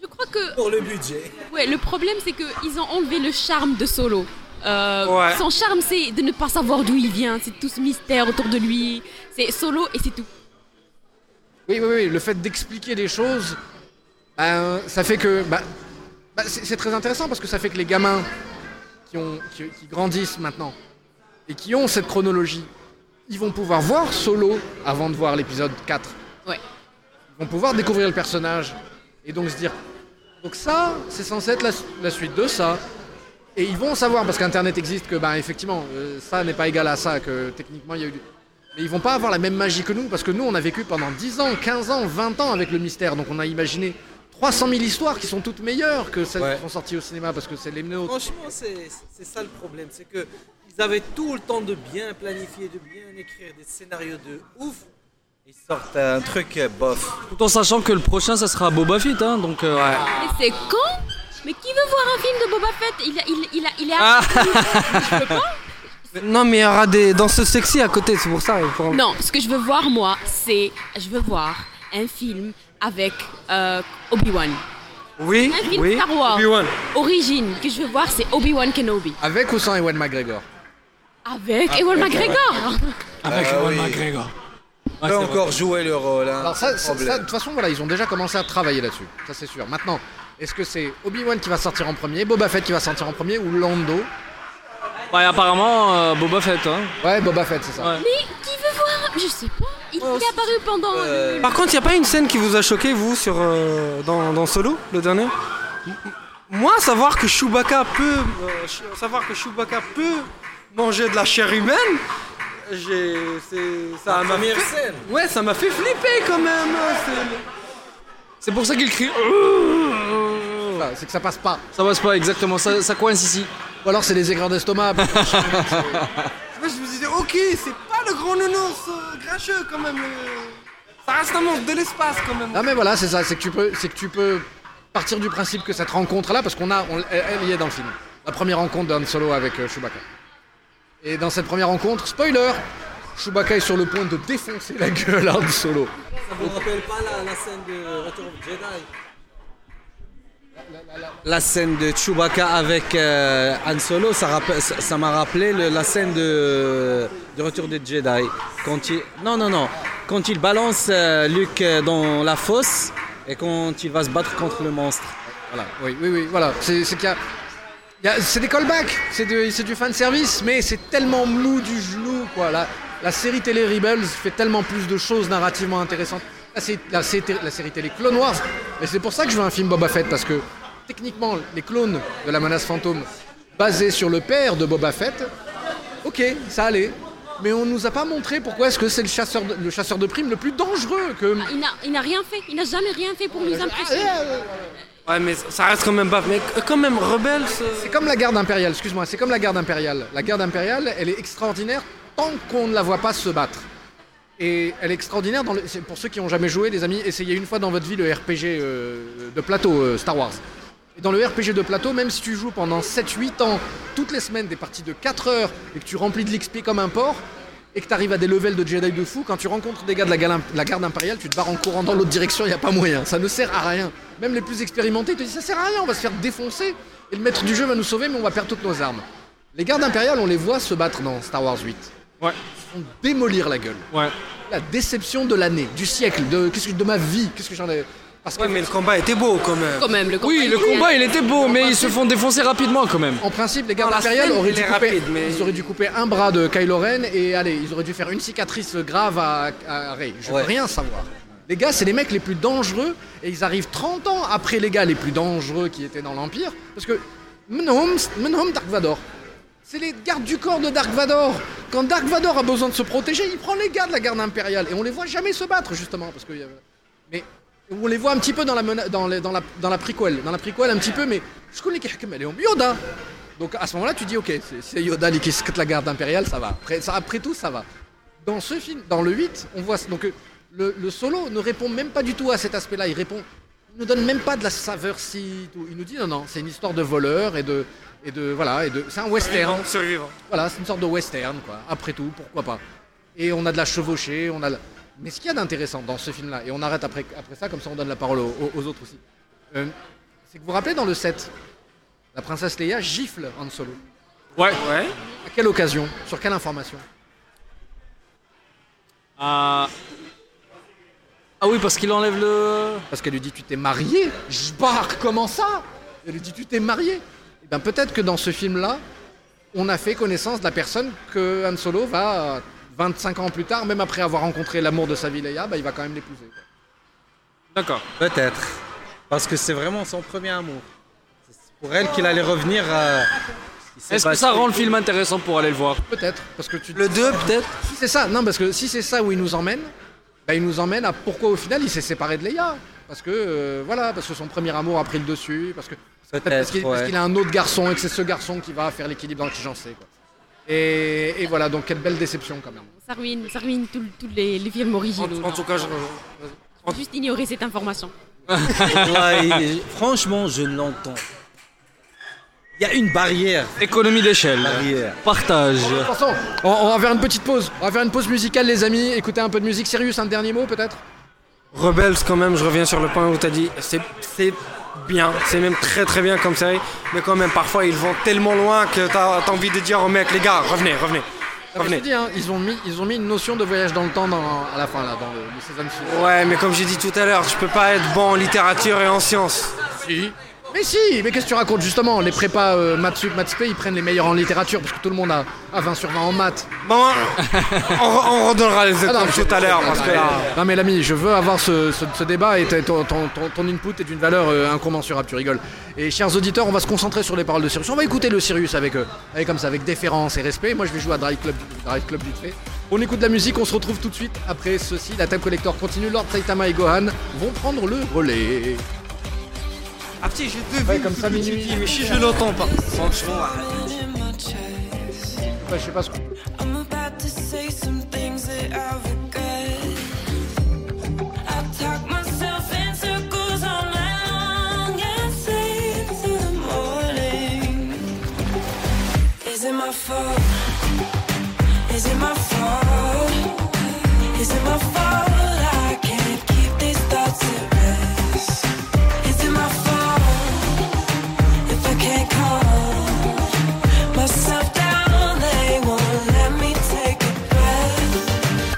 E: Je crois que
I: Pour le budget.
E: Ouais, le problème c'est qu'ils ont enlevé le charme de Solo. Euh,
C: Ouais.
E: Son charme c'est de ne pas savoir d'où il vient, c'est tout ce mystère autour de lui. C'est Solo et c'est tout.
A: Oui, oui, oui, le fait d'expliquer des choses, euh, ça fait que... Bah, bah, c'est c'est très intéressant parce que ça fait que les gamins qui, ont, qui, qui grandissent maintenant et qui ont cette chronologie, ils vont pouvoir voir Solo avant de voir l'épisode 4.
E: Ouais.
A: Ils vont pouvoir découvrir le personnage et donc se dire... Donc ça, c'est censé être la, su- la suite de ça. Et ils vont savoir, parce qu'Internet existe, que ben, effectivement, euh, ça n'est pas égal à ça, que techniquement il y a eu... du- Mais ils vont pas avoir la même magie que nous, parce que nous, on a vécu pendant 10 ans, 15 ans, 20 ans avec le mystère, donc on a imaginé 300 000 histoires qui sont toutes meilleures que celles
I: Ouais.
A: qui sont sorties au cinéma, parce que c'est les nôtres.
I: Franchement, c'est c'est ça le problème. C'est que ils avaient tout le temps de bien planifier, de bien écrire des scénarios de ouf. Ils sortent un truc euh, bof.
G: Tout en sachant que le prochain, ça sera Boba Fett, hein, donc... euh,
E: Mais c'est con Mais qui veut voir un film de Boba Fett il, a- il, il, a- il est
G: Ah.
E: Je peux pas.
C: Non, mais il y aura des danses sexy à côté, c'est pour ça. il faut-
E: Non, ce que je veux voir moi, c'est je veux voir un film avec euh, Obi-Wan.
C: Oui,
E: Un film
C: oui.
E: Star Wars.
C: Obi-Wan.
E: Origine que je veux voir, c'est Obi-Wan Kenobi
A: Avec ou sans Ewan McGregor
E: avec Ewan McGregor.
G: Avec
I: Ah
G: Ewan
I: oui.
G: McGregor.
I: On
G: Ouais, c'est vrai.
I: peut encore jouer le rôle. hein,
A: Alors ça,
I: sans
A: ça- ça,
I: problème.
A: de toute façon, voilà, ils ont déjà commencé à travailler là-dessus, ça c'est sûr. Maintenant, est-ce que c'est Obi-Wan qui va sortir en premier, Boba Fett qui va sortir en premier, ou Lando
G: Ouais, apparemment, euh, Boba Fett, hein.
A: Ouais, Boba Fett, c'est ça.
G: Ouais.
E: Mais qui veut voir Je sais pas. Il, il est apparu pendant euh, le-
C: Par contre, il n'y a pas une scène qui vous a choqué, vous, sur, euh, dans, dans Solo, le dernier M- m- Moi, savoir que Chewbacca peut. euh, ch- savoir que Chewbacca peut manger de la chair humaine, j'ai. c'est- Ça m'a
I: Première
C: fait-
I: scène.
C: Ouais, ça m'a fait flipper quand même. hein, c'est-
G: C'est pour ça qu'il crie...
A: Ah, C'est que ça passe pas.
G: Ça passe pas, exactement, ça, ça coince ici.
A: Ou alors c'est des aigreurs d'estomac.
C: Moi, je me suis dit, ok, c'est pas le grand nounours euh, grincheux quand même. le- Ça reste un monde de l'espace quand même.
A: Non mais voilà, c'est ça, c'est que tu peux, c'est que tu peux partir du principe que cette rencontre là, parce qu'on a, on- elle, elle y est dans le film, la première rencontre d'Han Solo avec euh, Chewbacca. Et dans cette première rencontre, spoiler, Chewbacca est sur le point de défoncer la gueule à Han Solo.
I: Ça vous rappelle pas la, la scène de Retour of Jedi
D: La scène de Chewbacca avec euh, Han Solo, ça rappe- ça ça m'a rappelé le- la scène de, de Retour des Jedi. Quand il, non, non, non. Quand il balance euh, Luke euh, dans la fosse et quand il va se battre contre le monstre.
A: Voilà, oui, oui, oui, voilà, c'est c'est qu'il y a, il Y a- C'est des callbacks, c'est de- c'est du fan service, mais c'est tellement mou du genou, quoi. La, la série télé Rebels fait tellement plus de choses narrativement intéressantes. Là, c'est- La, sé- la série télé Clone Wars, et c'est pour ça que je veux un film Boba Fett, parce que techniquement, les clones de la menace fantôme, basés sur le père de Boba Fett, ok, ça allait. Mais on nous a pas montré pourquoi est-ce que c'est le chasseur, de, le chasseur de primes le plus dangereux que...
E: Il n'a- Il n'a rien fait, il n'a jamais rien fait pour nous impressionner.
C: Ouais, mais ça reste quand même baf. Mais quand même, Rebels.
A: C'est comme la garde impériale, excuse-moi, c'est comme la garde impériale. La garde impériale, elle est extraordinaire tant qu'on ne la voit pas se battre. Et elle est extraordinaire dans le... c'est pour ceux qui n'ont jamais joué, les amis, essayez une fois dans votre vie le RPG euh, de plateau euh, Star Wars. Et dans le RPG de plateau, même si tu joues pendant 7-8 ans, toutes les semaines des parties de 4 heures, et que tu remplis de l'XP comme un porc, et que tu arrives à des levels de Jedi de fou, quand tu rencontres des gars de la, gal- la garde impériale, tu te barres en courant dans l'autre direction, il n'y a pas moyen, ça ne sert à rien. Même les plus expérimentés te disent ça sert à rien, on va se faire défoncer, et le maître du jeu va nous sauver, mais on va perdre toutes nos armes. Les gardes impériales, on les voit se battre dans Star Wars 8.
G: Ouais.
A: Ils se font démolir la gueule.
G: Ouais.
A: La déception de l'année, du siècle, de, qu'est-ce que- de ma vie, qu'est-ce que j'en ai... Parce que
C: Ouais, mais le combat était beau quand même.
E: Quand même, le combat.
G: Oui, le
E: il est-
G: combat il était beau, mais ils se font défoncer rapidement quand même.
A: En principe, les gardes
C: Dans la
A: impériales
C: scène,
A: auraient
C: il
A: dû,
C: est
A: couper,
C: rapide, mais-
A: ils auraient dû couper un bras de Kylo Ren et allez, ils auraient dû faire une cicatrice grave à, à Rey. Je
I: Ouais.
A: veux rien savoir. Les gars, c'est les mecs les plus dangereux et ils arrivent 30 ans après les gars les plus dangereux qui étaient dans l'Empire. Parce que Mnhom, Mnhom Dark Vador, c'est les gardes du corps de Dark Vador. Quand Dark Vador a besoin de se protéger, il prend les gars de la garde impériale et on les voit jamais se battre justement parce que. il y a- Mais on les voit un petit peu dans la mena- dans, les- dans la dans la prequel, dans la prequel un petit peu, mais je connais quelqu'un mais Yoda. Donc à ce moment-là, tu dis ok, c'est- c'est Yoda qui se la garde impériale, ça va. Après, ça, après tout, ça va. Dans ce film, dans le 8, on voit donc euh, le, le solo ne répond même pas du tout à cet aspect-là. Il répond, il nous donne même pas de la saveur si tout. Il nous dit non non, c'est une histoire de voleurs et de et de voilà et de c'est un western.
C: Survivant, survivant.
A: Voilà, c'est une sorte de western, quoi. Après tout, pourquoi pas. Et on a de la chevauchée, on a. de- Mais ce qu'il y a d'intéressant dans ce film-là, et on arrête après, après ça, comme ça on donne la parole aux, aux- aux autres aussi, euh, c'est que vous vous rappelez dans le 7, la princesse Leia gifle Han Solo.
G: Ouais.
C: Ouais.
A: À quelle occasion Sur quelle information
G: Ah Ah oui, parce qu'il enlève le.
A: Parce qu'elle lui dit Tu t'es marié Je barre, comment ça Elle lui dit Tu t'es marié Eh bien, peut-être que dans ce film-là, on a fait connaissance de la personne que Han Solo va, euh, 25 ans plus tard, même après avoir rencontré l'amour de sa vie Leia, bah, il va quand même l'épouser.
G: D'accord.
D: Peut-être. Parce que c'est vraiment son premier amour. C'est pour elle qu'il allait revenir. euh, il s'est
G: Est-ce que
D: battu.
G: ça rend le film intéressant pour aller le voir
A: Peut-être, parce que tu
C: Le 2, peut-être
A: Si c'est ça, non, parce que si c'est ça où il nous emmène, bah, il nous emmène à pourquoi au final il s'est séparé de Leia. Parce que, euh, voilà, parce que son premier amour a pris le dessus, parce que parce
D: Peut-être,
A: qu'il parce
D: ouais.
A: qu'il a un autre garçon et que c'est ce garçon qui va faire l'équilibre dans le fichancé, quoi. Et, et voilà, donc quelle belle déception quand même.
E: Ça ruine, ça ruine tous tous les, les films
C: en,
E: originaux.
C: en tout cas, je.
E: Faut Juste ignorer cette information.
D: Ouais, il- franchement, je l'entends. Il y a une barrière.
G: Économie d'échelle.
D: Barrière.
G: Partage.
A: De toute façon, on, on va faire une petite pause. On va faire une pause musicale, les amis. Écoutez un peu de musique. Sirius, un dernier mot peut-être
C: Rebels, quand même, je reviens sur le point où t'as dit, c'est- c'est bien, c'est même très très bien comme série, mais quand même, parfois, ils vont tellement loin que t'as t'as envie de dire aux mecs, les gars, revenez, revenez,
A: Ah, mais je
C: revenez.
A: te dis, hein, ils, ont mis, ils ont mis une notion de voyage dans le temps dans- à la fin, là, dans le, le season six.
C: Ouais, mais comme j'ai dit tout à l'heure, tu peux pas être bon en littérature et en sciences.
A: Mais si, mais qu'est-ce que tu racontes justement Les prépas euh, maths sup, maths spé, ils prennent les meilleurs en littérature parce que tout le monde a, a 20 sur 20 en maths.
C: Bon, hein, on, on redonnera les
A: Ah
C: étoiles
A: je-
C: tout à l'heure, parce que là...
A: Non mais l'ami, je veux avoir ce, ce- ce débat et t'as- ton, ton- ton- ton input est d'une valeur euh, incommensurable, tu rigoles. Et chers auditeurs, on va se concentrer sur les paroles de Sirius. On va écouter le Sirius avec, euh, avec comme ça, avec déférence et respect. Moi je vais jouer à Drive Club, Drive Club vite fait. On écoute de la musique, on se retrouve tout de suite après ceci. La table collector continue, Lord Saitama et Gohan vont prendre le relais.
C: Ah petit, j'ai deux vies,
A: comme ça, minuit.
C: mais si je l'entends pas.
A: Enfin, je sais pas ce qu'on-
J: I'm about to say some things that I regret. I talk myself in circles all night long and say into the morning. Is it my fault? Is it my fault? Is it my fault? I can't keep these thoughts at rest. Is it my fault if I can't call? myself down. They won't let me take a breath.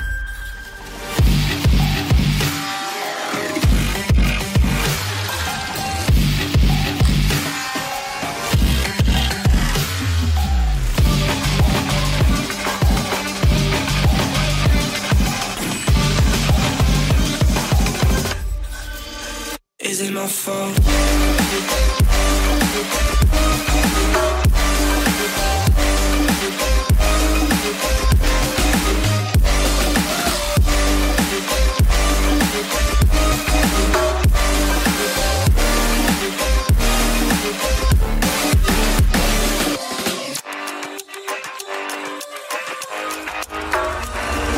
J: my phone.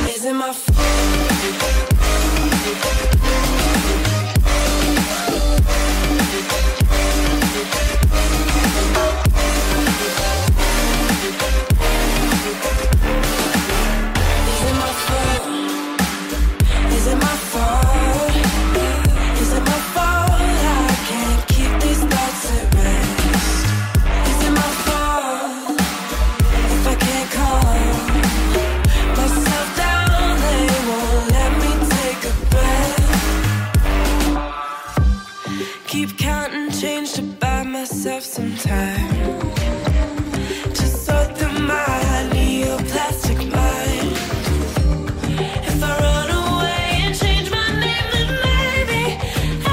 J: Is it my phone? Is it my fault? Is it my fault? Is it my fault? I can't keep these thoughts at rest. Is it my fault if I can't calm myself down? They won't let me take a breath. Keep counting change to buy myself some time. Just sort through my neoplastic mind. If I run away and change my name, then maybe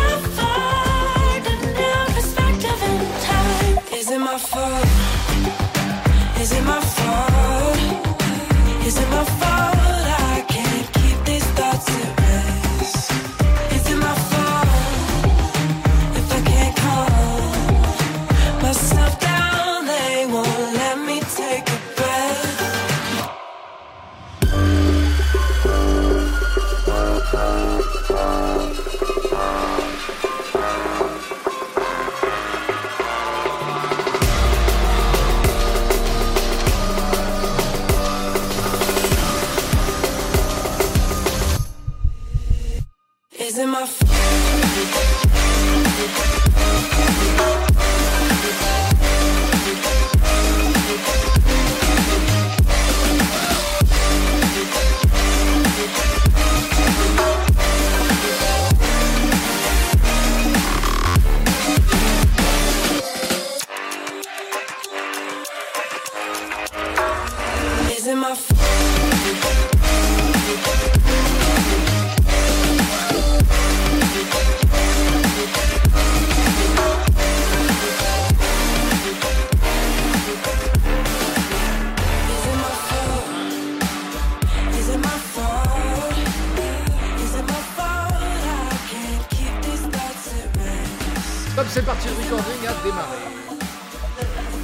J: I'll find a new perspective in time. Is it my fault? Is it my fault? Is it my fault? I can't keep these thoughts at rest. Is it my fault if I can't calm myself down? They won't let me take a breath. Is it my fault? Is it my fault? Is it my fault? Is it my fault? Is it my fault? I can't keep these thoughts at rest.
A: Hop, c'est parti, le recording a démarré.
J: If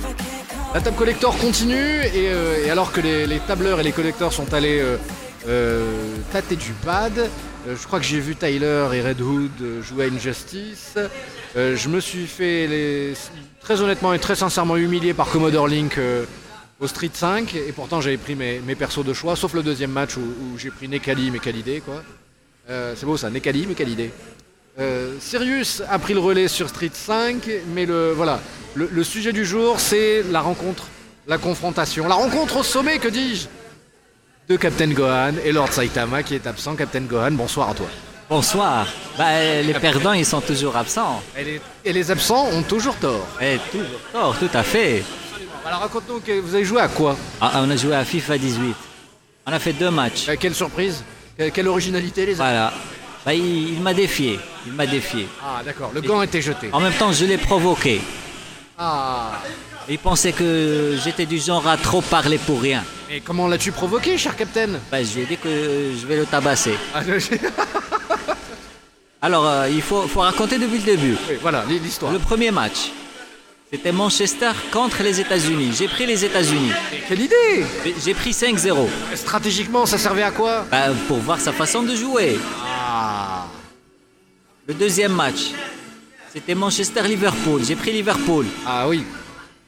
J: I can't calm
A: La table collector continue et, euh, et alors que les, les tableurs et les collecteurs sont allés euh, euh, tâter du pad, euh, je crois que j'ai vu Tyler et Red Hood euh, jouer à Injustice. Euh, je me suis fait les- très honnêtement et très sincèrement humilié par Commodore Link euh, au Street 5 et pourtant j'avais pris mes, mes persos de choix, sauf le deuxième match où, où j'ai pris Nekali, Mekalidé quoi. Euh, c'est beau ça, Nekali, Mekalidé. Euh, Sirius a pris le relais sur Street 5, mais le, voilà, le, le sujet du jour, c'est la rencontre, la confrontation, la rencontre au sommet, que dis-je, de Captain Gohan et Lord Saitama qui est absent. Captain Gohan, bonsoir à toi.
B: Bonsoir. Ben, les perdants, ils sont toujours absents.
A: Et les, et les absents ont toujours tort.
B: Eh, toujours tort, tout à fait.
A: Alors raconte-nous, que- vous avez joué à quoi
B: Ah, ah, on a joué à FIFA 18. On a fait deux matchs.
A: Euh, Quelle surprise Que- Quelle originalité les absents
B: Voilà. Ben, il il m'a défié. Il m'a défié.
A: Ah d'accord, le gant était jeté.
B: En même temps, je l'ai provoqué.
A: Ah,
B: Il pensait que j'étais du genre à trop parler pour rien.
A: mais comment l'as-tu provoqué, cher Captain
B: Ben, je lui ai dit que euh, je vais le tabasser.
A: Ah, je-
B: Alors, euh, il faut, faut raconter depuis le début.
A: Oui, Voilà, l'histoire.
B: Le premier match, c'était Manchester contre les États-Unis. J'ai pris les États-Unis.
A: Quelle idée
B: Mais J'ai pris 5-0
A: Stratégiquement, ça servait à quoi
B: Ben, pour voir sa façon de jouer.
A: Ah,
B: Le deuxième match, c'était Manchester-Liverpool. J'ai pris Liverpool.
A: ah oui.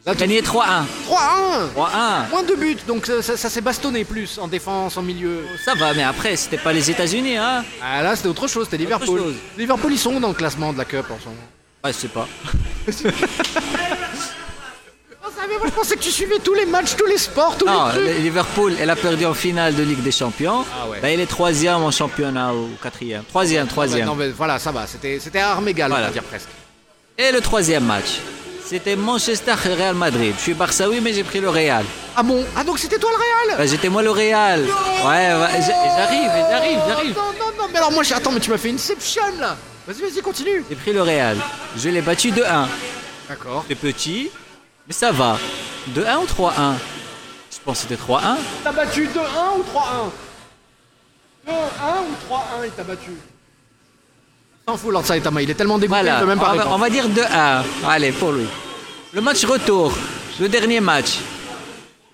A: Là, tu-
B: Gagné 3-1.
A: 3-1
B: 3-1.
A: Moins de buts, donc ça, ça- ça s'est bastonné plus en défense, en milieu.
B: Ça va, mais après, c'était pas les États-Unis, hein
A: Ah là, c'était autre chose, c'était
B: Autre
A: Liverpool.
B: chose.
A: Liverpool, ils sont où dans le classement de la Cup en ce moment
B: Ouais, je sais pas.
A: Oh, ça, mais moi, je pensais que tu suivais tous les matchs, tous les sports, tous
B: Non,
A: les trucs.
B: le- Liverpool, elle a perdu en finale de Ligue des Champions.
A: Ah ouais.
B: Ben, elle est troisième en championnat ou quatrième. Troisième, troisième.
A: Non, mais voilà, ça va, c'était c'était à armes égales, on
B: Voilà.
A: va dire presque.
B: Et le troisième match, c'était Manchester-Real Madrid. Je suis Barçaoui, mais j'ai pris le Real.
A: Ah bon Ah donc c'était toi le Real
B: Ben, j'étais moi le Real. Ouais, ouais, j'a- j'arrive, j'arrive, j'arrive.
A: Non, non, non, mais alors moi, j'ai- attends, mais tu m'as fait Inception là Vas-y, vas-y, continue.
B: J'ai pris le Real. Je l'ai battu 2-1.
A: D'accord.
B: C'était petit, mais ça va. 2-1 ou 3-1 Je pense que c'était 3-1.
F: T'as battu 2-1 ou 3-1 2-1 ou 3-1 il t'a battu
A: T'en fous, Lord Saitama, il est tellement dégoûté, il
B: Voilà, Ah, bah,
A: peut même pas
B: on va,
A: répondre.
B: on va dire 2-1. Allez, pour lui. Le match retour, le dernier match.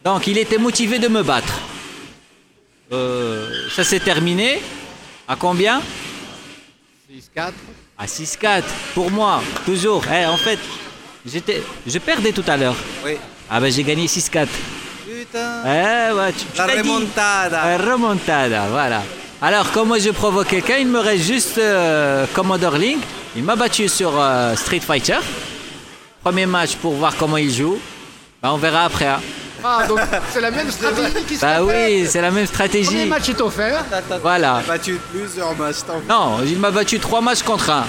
B: Donc, il était motivé de me battre. Euh, ça s'est terminé. À combien
A: 6-4.
B: À 6-4. Pour moi, toujours. Eh, en fait, j'étais, je perdais tout à l'heure.
I: Oui.
B: Ah ben, j'ai gagné 6-4.
I: Putain.
B: Eh, ouais, tu, tu
I: La
B: t'as dit.
I: remontada.
B: La Euh, remontada, voilà. Alors, comme moi je provoque quelqu'un, il me reste juste euh, Commodore Link. Il m'a battu sur euh, Street Fighter. Premier match pour voir comment il joue. Bah, on verra après. hein.
A: Ah, donc c'est la même stratégie qui se
B: Bah
A: répète.
B: oui, c'est la
A: Premier
B: même stratégie.
A: match est offert.
B: Voilà.
I: battu plusieurs matchs. t'en fous.
B: Non, il m'a battu trois matchs contre un.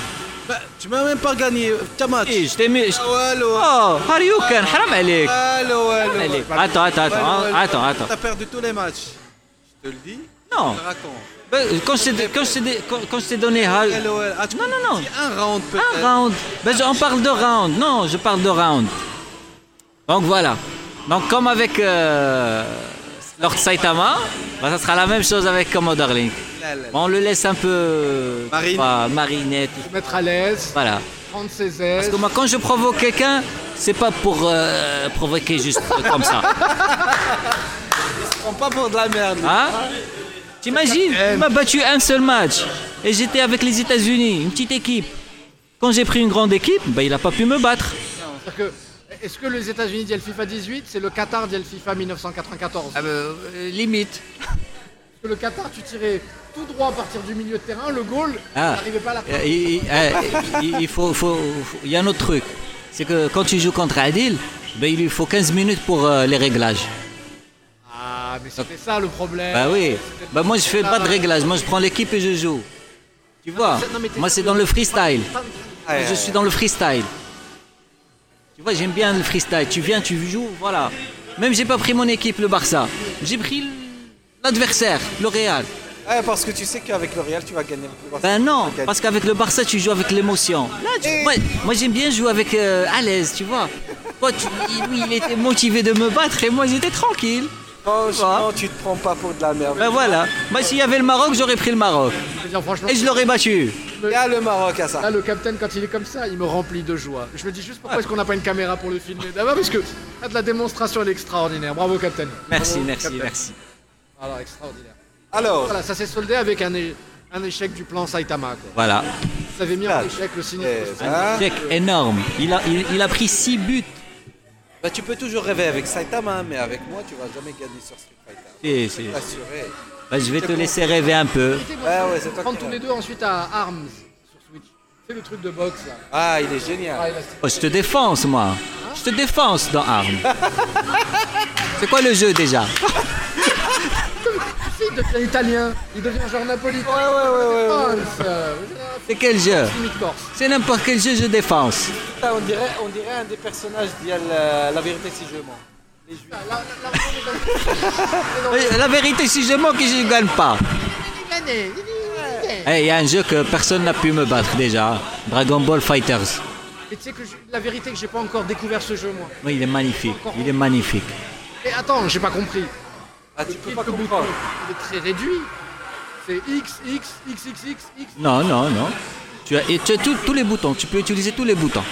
I: Bah, Tu m'as même pas gagné. T'as match.
B: Et je t'ai mis. je-
I: Allô.
B: Oh, Haryukan, haram alik.
I: Allô,
B: Haram
I: allô.
B: alik. Attends, attends, attends, hein, attends, attends.
I: T'as perdu tous les matchs. Je te le dis.
B: Non,
I: Je te raconte.
B: bah, quand je t'ai- quand je t'ai- quand- quand je t'ai donné Har-
I: Allô, allô. Ah, tu
B: Non, non, non.
I: dis Un round
B: Un
I: peut-être.
B: round. Ben, je- on parle de round. Non, je parle de round. Donc voilà. Donc comme avec euh, Lord Saitama, ben, ça sera la même chose avec Commodore Link.
I: Là, là, là.
B: Bon, on le laisse un peu
I: Marine.
B: bah, mariner. tout-
A: Mettre à l'aise,
B: Voilà.
A: prendre ses aises.
B: Parce que moi, quand je provoque quelqu'un, c'est pas pour euh, provoquer juste comme ça.
I: On prend pas pour de la merde. lui.
B: Hein T'imagines Il m'a battu un seul match. Et j'étais avec les États-Unis, une petite équipe. Quand j'ai pris une grande équipe, ben, il n'a pas pu me battre.
A: C'est-à-dire que, Est-ce que les États-Unis disent le FIFA 18, c'est le Qatar dit le FIFA 1994
B: Ah ben, euh, limite.
A: Parce que le Qatar, tu tirais tout droit à partir du milieu de terrain, le goal,
B: Ah.
A: n'arrivait pas à la fin.
B: Euh, il- il- euh, il il faut, faut- faut- il y a un autre truc. C'est que quand tu joues contre Adil, ben, il lui faut 15 minutes pour euh, les réglages.
A: Ah, mais c'était ça le problème.
B: Bah oui. Bah moi je fais pas de réglages. Moi je prends l'équipe et je joue. Tu vois
A: mais c'est- non, mais t'es-
B: Moi c'est dans le freestyle.
I: Ouais,
B: Je suis dans le freestyle. Tu vois, j'aime bien le freestyle. Tu viens, tu joues, voilà. Même j'ai pas pris mon équipe, le Barça. J'ai pris l'adversaire, le Real.
I: Ouais, parce que tu sais qu'avec le Real, tu vas gagner. Tu vas-
B: Ben
I: tu
B: non,
I: vas gagner.
B: parce qu'avec le Barça, tu joues avec l'émotion. Là, tu- Moi, moi, j'aime bien jouer avec euh, à l'aise, tu vois. Toi, tu- il- lui, il était motivé de me battre et moi, j'étais tranquille.
I: Franchement, tu te prends pas pour de la merde.
B: Ben voilà. Moi, s'il y avait le Maroc, j'aurais pris le Maroc.
A: Je veux dire, franchement,
B: Et je l'aurais battu.
I: Il y a le Maroc à ça.
A: là, le capitaine, quand il est comme ça, il me remplit de joie. Je me dis juste
B: Ah.
A: pourquoi est-ce qu'on n'a pas une caméra pour le filmer d'abord Parce que là, de la démonstration, elle est extraordinaire. Bravo, capitaine.
B: Merci,
A: Bravo,
B: merci,
A: capitaine.
B: merci.
A: Alors, extraordinaire.
I: Alors,
A: Voilà, ça s'est soldé avec un, é- un échec du plan Saitama. Quoi.
B: Voilà.
A: Ça avait mis en échec le sinistre.
I: eh ben,
B: Check énorme. Il a, il, il a pris 6 buts.
I: bah, tu peux toujours rêver avec Saitama, hein, mais avec moi, tu vas jamais gagner sur Street Fighter.
B: Et c'est-
I: Assuré.
B: ben, je vais te laisser rêver un peu.
I: Ah ouais, c'est toi
A: Prendre
I: qui
A: tous les
I: rêves.
A: deux ensuite à Arms sur Switch. C'est le truc de boxe là.
I: Ah, il est génial.
A: Ah, il a-
B: Oh, je te défense, moi. Je te défense dans Arme. C'est quoi le jeu déjà
A: Ah, Si, il devient italien, il devient genre napolitain.
I: Ouais, ouais, ouais, ouais, ouais.
A: Arms, euh,
B: C'est quel jeu
A: limite corse.
B: C'est n'importe quel jeu, je défense.
I: Putain, on, dirait, on dirait un des personnages d'il y a la, la vérité si je mens. Les juifs.
A: La- la- la-
B: Euh, La vérité, si je manque, je ne gagne pas. Eh, Il y a un jeu que personne n'a pu me battre déjà. Dragon Ball Fighters.
A: Et tu sais que je- la vérité que j'ai pas encore découvert ce jeu moi.
B: Oui, il est magnifique. Il est magnifique.
A: Et attends, j'ai pas compris.
I: Ah, tu peux
A: Il
I: pas
A: te
I: comprendre.
A: bouton, Il est très réduit. C'est X, X, X, X, X, X.
B: Non, non, non. Tu as, et tu as tous- tous les boutons. Tu peux utiliser tous les boutons.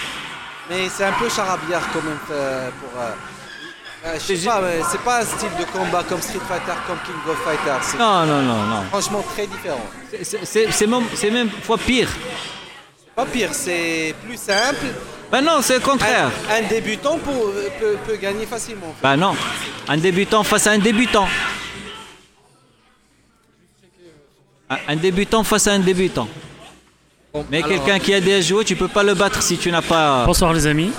I: Mais c'est un peu charabiard quand même euh, pour. euh, euh, je sais
B: C'est-
I: pas, mais c'est pas un style de combat comme Street Fighter, comme King of Fighter. C'est
B: Non, non, non, non.
I: franchement très différent.
B: C'est- c'est- C'est c'est même, c'est même fois pire.
I: Pas pire, c'est plus simple.
B: Ben non, c'est le
I: Un,
B: contraire.
I: un débutant pour- euh, peut, peut gagner facilement.
B: Ben non. Un débutant face à un débutant. Un- Un débutant face à un débutant. Mais quelqu'un qui a déjà joué, tu peux pas le battre si tu n'as pas.
H: Bonsoir les amis.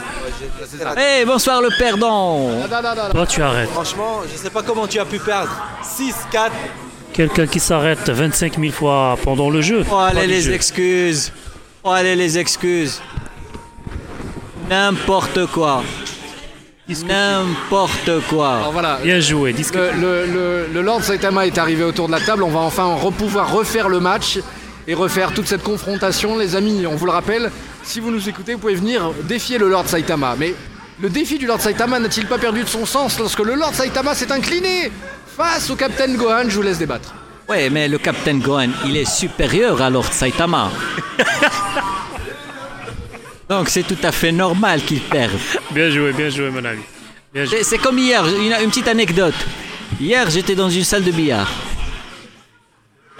B: Eh, bonsoir le perdant
A: Ah, da, da, da, da.
H: Toi tu arrêtes.
I: Franchement, je sais pas comment tu as pu perdre. 6-4.
H: Quelqu'un qui s'arrête 25 000 fois pendant le jeu.
B: Oh allez
H: Pas du
B: les
H: jeu.
B: excuses Oh allez les excuses N'importe quoi N'importe
A: Alors
B: quoi
A: voilà.
H: Bien joué, disque.
B: Euh,
A: Le, le- le- le Lord Saitama est arrivé autour de la table, on va enfin re- pouvoir refaire le match. et refaire toute cette confrontation, les amis. On vous le rappelle, si vous nous écoutez, vous pouvez venir défier le Lord Saitama. Mais le défi du Lord Saitama n'a-t-il pas perdu de son sens lorsque le Lord Saitama s'est incliné face au Captain Gohan Je vous laisse débattre.
B: Ouais, mais le Captain Gohan, il est supérieur à Lord Saitama. Donc c'est tout à fait normal qu'il perde.
H: Bien joué, bien joué, mon ami. Bien joué.
B: C'est- C'est comme hier, une, une petite anecdote. Hier, j'étais dans une salle de billard.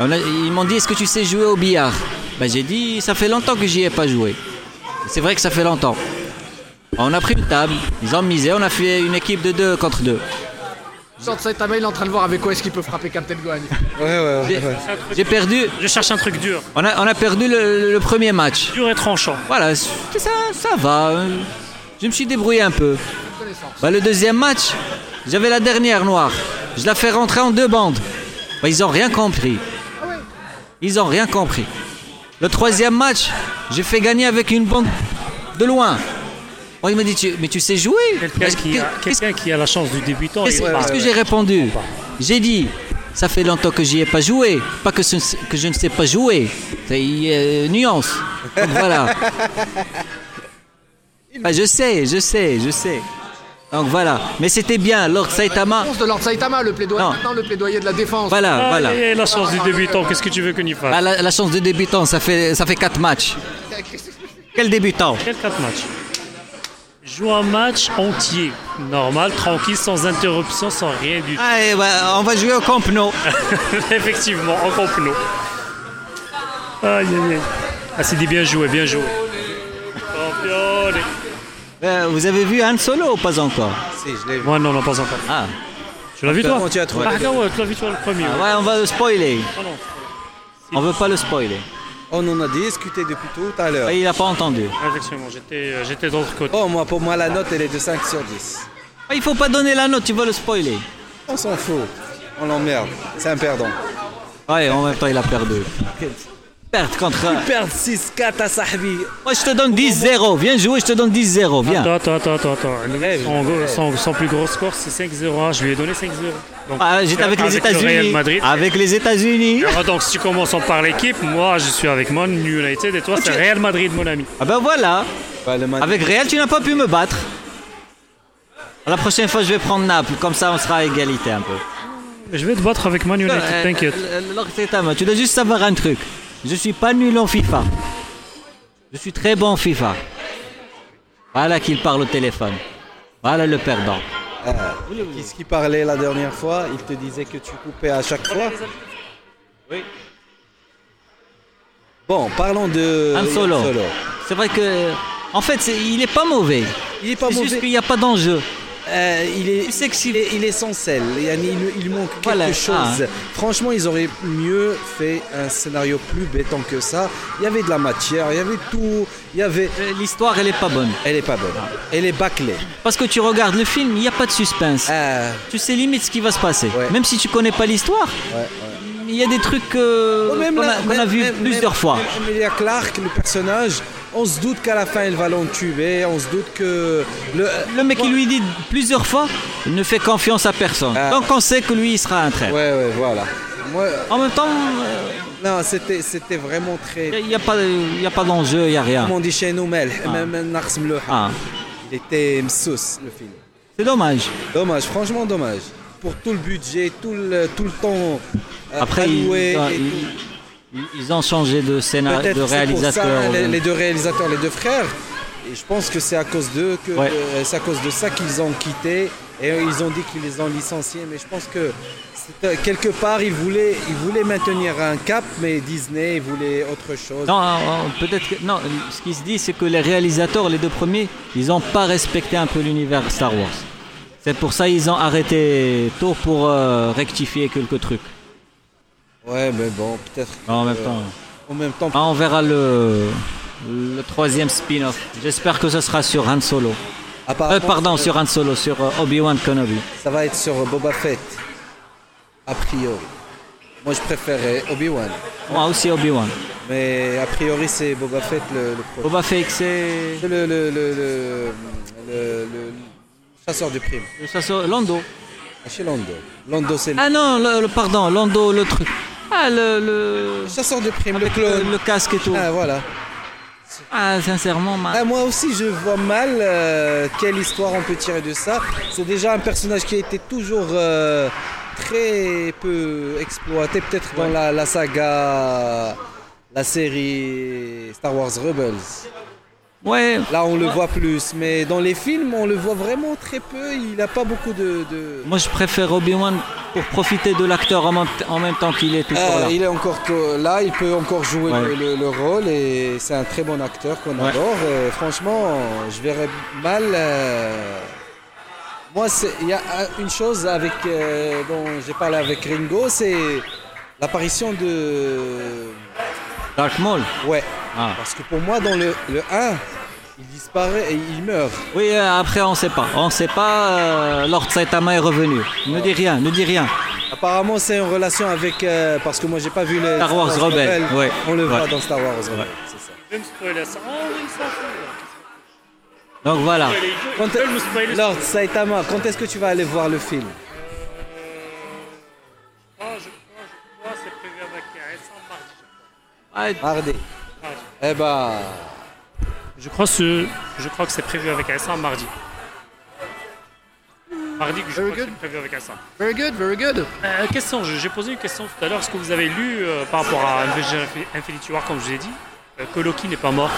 B: On a- ils m'ont dit Est-ce que tu sais jouer au billard ben, J'ai dit Ça fait longtemps que j'y ai pas joué. C'est vrai que ça fait longtemps. On a pris une table, ils ont misé, on a fait une équipe de deux contre deux.
A: Lord Saitama, il est en train de voir avec quoi est-ce qu'il peut frapper Captain Gohan.
B: J'ai- J'ai perdu,
H: Je cherche un truc dur.
B: on a, on a perdu le- le premier match.
H: Dur et tranchant.
B: Voilà, c'est ça, ça va. euh, Je me suis débrouillé un peu. Bah, le deuxième match, j'avais la dernière noire. Je la fais rentrer en deux bandes. Bah, ils ont rien compris. Ils ont rien compris. Le troisième match, j'ai fait gagner avec une bande de loin. Bon, il m'a dit, tu- mais tu sais jouer
H: Quelqu'un
B: Bah,
H: qui, a,
B: qu'est-
H: quelqu'un qui a la chance du débutant.
B: Qu'est-ce
H: il parle.
B: qu'est-ce que j'ai répondu J'ai dit, ça fait longtemps que j'y ai pas joué, pas que, ce- que je ne sais pas jouer. C'est euh, nuance. Donc voilà. Bah, je sais, je sais, je sais. Donc voilà. Mais c'était bien, Lord Saitama.
A: Réponse de Lord Saitama, le plaidoyer,
B: Non.
A: maintenant le plaidoyer de la défense.
B: Voilà,
H: Ah,
B: voilà.
H: il a la chance du débutant. Qu'est-ce que tu veux qu'on y fasse
B: Ah, la, la chance de débutant, ça fait, ça fait 4 matchs. Quel débutant
H: Quel quatre matchs Joue un match entier, normal, tranquille, sans interruption, sans rien du tout.
B: ah, et bah, On va jouer au Camp Nou.
H: Effectivement, en complot. Aïe, aïe, aïe. Ah, c'est dit bien joué, bien joué. Campione.
B: Euh, vous avez vu Han Solo ou pas encore
D: Si, je l'ai vu.
H: Moi, non, non, pas encore.
B: Ah,
H: Tu l'as vu, toi
D: Comment tu as trouvé
H: Ah, non, ouais, tu l'as vu, toi, le premier. hein. ouais.
B: ouais, on va le spoiler.
H: Ah, non.
B: On veut pas le spoiler.
D: On en a discuté depuis tout à l'heure.
B: Bah, il n'a pas entendu.
H: Effectivement, j'étais euh, j'étais de l'autre côté.
D: Oh, moi, pour moi, la note, elle est de 5 sur 10.
B: Ah, Il faut pas donner la note, tu vas le spoiler.
D: On s'en fout. On l'emmerde. C'est un perdant.
B: Ouais, en même temps, il a perdu. Perte contre.
D: Perdre 6-4 à Sahbi.
B: Moi, je te donne 10-0. Viens jouer, je te donne 10-0. Viens.
H: Attends, attends, attends, attends, attends. Le mec, Son, go- son- son plus gros score, c'est 5-0. Ah, Je lui ai donné 5-0. Donc,
B: Ah, J'étais avec les
H: Avec le Real
B: États-Unis. Ah,
H: Madrid.
B: Avec les États-Unis.
H: alors, Ah, donc, si tu commences en par l'équipe, moi, je suis avec Man United et toi, c'est Real Madrid, mon ami.
B: Ah ben voilà.
D: Bah, le match.
B: Avec Real, tu n'as pas pu me battre. La prochaine fois, je vais prendre Naples. Comme ça, on sera à égalité un peu.
H: Je vais te battre avec Man
B: Euh,
H: United,
B: euh,
H: t'inquiète.
B: euh, Lord Saitama, tu dois juste savoir un truc. Je suis pas nul en FIFA. Je suis très bon en FIFA. Voilà qu'il parle au téléphone. Voilà le perdant.
D: Qu'est-ce qui parlait la dernière fois Il te disait que tu coupais à chaque fois Oui. Bon, parlons de
B: Han Solo. C'est vrai que. En fait, c'est- il est pas mauvais.
D: Il est pas
B: C'est juste
D: mauvais.
B: qu'il n'y a pas d'enjeu.
D: Euh, il est,
B: Tu sais que si-
D: il est, il est sans sel. Yani, Il, il manque
B: Voilà,
D: quelque chose.
B: ah.
D: Franchement, ils auraient mieux fait un scénario plus béton que ça. Il y avait de la matière, il y avait tout. Il y avait.
B: Euh, L'histoire, elle est pas bonne.
D: Elle est pas bonne. Elle est bâclée.
B: Parce que tu regardes le film, il n'y a pas de suspense.
D: Ah,
B: Tu sais limite ce qui va se passer.
D: Ouais.
B: Même si tu connais pas l'histoire, il y a des trucs euh,
D: Oh, même
B: qu'on
D: là,
B: a, qu'on
D: même-
B: a vu
D: même-
B: plusieurs
D: même-
B: fois.
D: même Emilia Clarke, le personnage, on se doute qu'à la fin, elle va l'entuber. On se doute que. Le,
B: Le mec, il lui dit plusieurs fois, il ne fait confiance à personne.
D: Ah.
B: Donc on sait que lui, il sera un traître.
D: Ouais, ouais, voilà. Moi,
B: En même temps, euh,
D: non, c'était, c'était vraiment très.
B: il n'y a, pas il y a pas d'enjeu, il n'y a rien.
D: Comme on dit chez nous, Mel, même Nars Mlouha.
B: Ah,
D: Il était msous, le film.
B: c'est dommage.
D: Dommage, franchement dommage. Pour tout le budget, tout le, tout le temps euh,
B: Après, ils,
D: alloué.
B: ils ont-
D: et tout.
B: ils- ils ont changé de scénario,
D: Peut-être
B: de
D: c'est pour
B: réalisateur. euh,
D: ça, les,
B: de-
D: les deux réalisateurs, les deux frères. Et je pense que c'est à cause d'eux que
B: Ouais.
D: euh, c'est à cause de ça qu'ils ont quitté et euh, ils ont dit qu'ils les ont licenciés. Mais je pense que c'était- quelque part ils voulaient, ils voulaient maintenir un cap, mais Disney ils voulaient autre chose.
B: Non, euh, euh, peut-être que. Non, ce qui se dit, c'est que les réalisateurs, les deux premiers, ils n'ont pas respecté un peu l'univers Star Wars. C'est pour ça qu'ils ont arrêté tôt pour euh, rectifier quelques trucs.
D: Ouais, mais bon, peut-être.
B: En
D: que, euh,
B: même temps.
D: En même temps.
B: Ah, on verra le, le troisième spin-off. J'espère que ce sera sur Han Solo. Euh,
D: apparemment,
B: pardon,
D: ça-
B: sur Han Solo, sur euh, Obi-Wan Kenobi.
D: Ça va être sur Boba Fett. A priori. Moi, je préférais Obi-Wan.
B: Moi aussi Obi-Wan.
D: Mais a priori, c'est Boba Fett le, le pro-
B: Boba Fett, c'est.
D: C'est le, le, le, le- le- le chasseur du prime.
B: Ça, c'est Lando.
D: Chez Lando. Lando, c'est le.
B: Ah non, le, le- pardon, Lando, le truc. Ah, le. le...
D: Chasseur de primes, le
B: avec
D: clone.
B: le casque et tout.
D: Ah, voilà.
B: Ah, sincèrement, ma-
D: Ah, moi aussi, je vois mal euh, quelle histoire on peut tirer de ça. C'est déjà un personnage qui a été toujours euh, très peu exploité, peut-être dans la, la saga, la série Star Wars Rebels.
B: Ouais.
D: Là, on le voit plus, mais dans les films, on le voit vraiment très peu. Il n'a pas beaucoup de. de-
B: Moi, je préfère Obi-Wan pour profiter de l'acteur en, même- en même temps qu'il est toujours
D: Euh,
B: là.
D: il est encore co- là, il peut encore jouer
B: Ouais.
D: le, le- le rôle et c'est un très bon acteur qu'on
B: Ouais.
D: adore. Et franchement, je verrais mal. euh, Moi, c'est- il y a un- une chose avec euh, dont j'ai parlé avec Ringo, c'est l'apparition de.
B: Dark Maul.
D: Ouais.
B: Ah.
D: Parce que pour moi, dans le, le 1, il disparaît et il meurt.
B: Oui, euh, après, on sait pas. On sait pas. euh, Lord Saitama est revenu. Ne dis rien, ne dis rien.
D: Apparemment, c'est en relation avec. euh, parce que moi, j'ai pas vu le.
B: Star Wars Rebels, ouais.
D: On le voit
B: Ouais.
D: dans Star Wars Rebels, c'est ça.
H: Je me spoiler ça. Ah oui, ça fout.
B: Donc voilà.
H: Allez,
D: Quand
H: ils veulent me spoiler ça.
D: Lord Saitama, quand est-ce que tu vas aller voir le film
H: Ah, je crois, je crois, c'est prévu avec un récent mardi.
B: Ah,
D: Mardi. Eh ben,
H: Je crois, ce... je crois que c'est prévu avec un sang mardi. Mardi, que je crois que c'est prévu avec un sang.
A: Very good, very good.
H: Euh, question, je- j'ai posé une question tout à l'heure. Est-ce que vous avez lu euh, par rapport à Avengers Infi- Infinity War, comme je vous ai dit, euh, que Loki n'est pas mort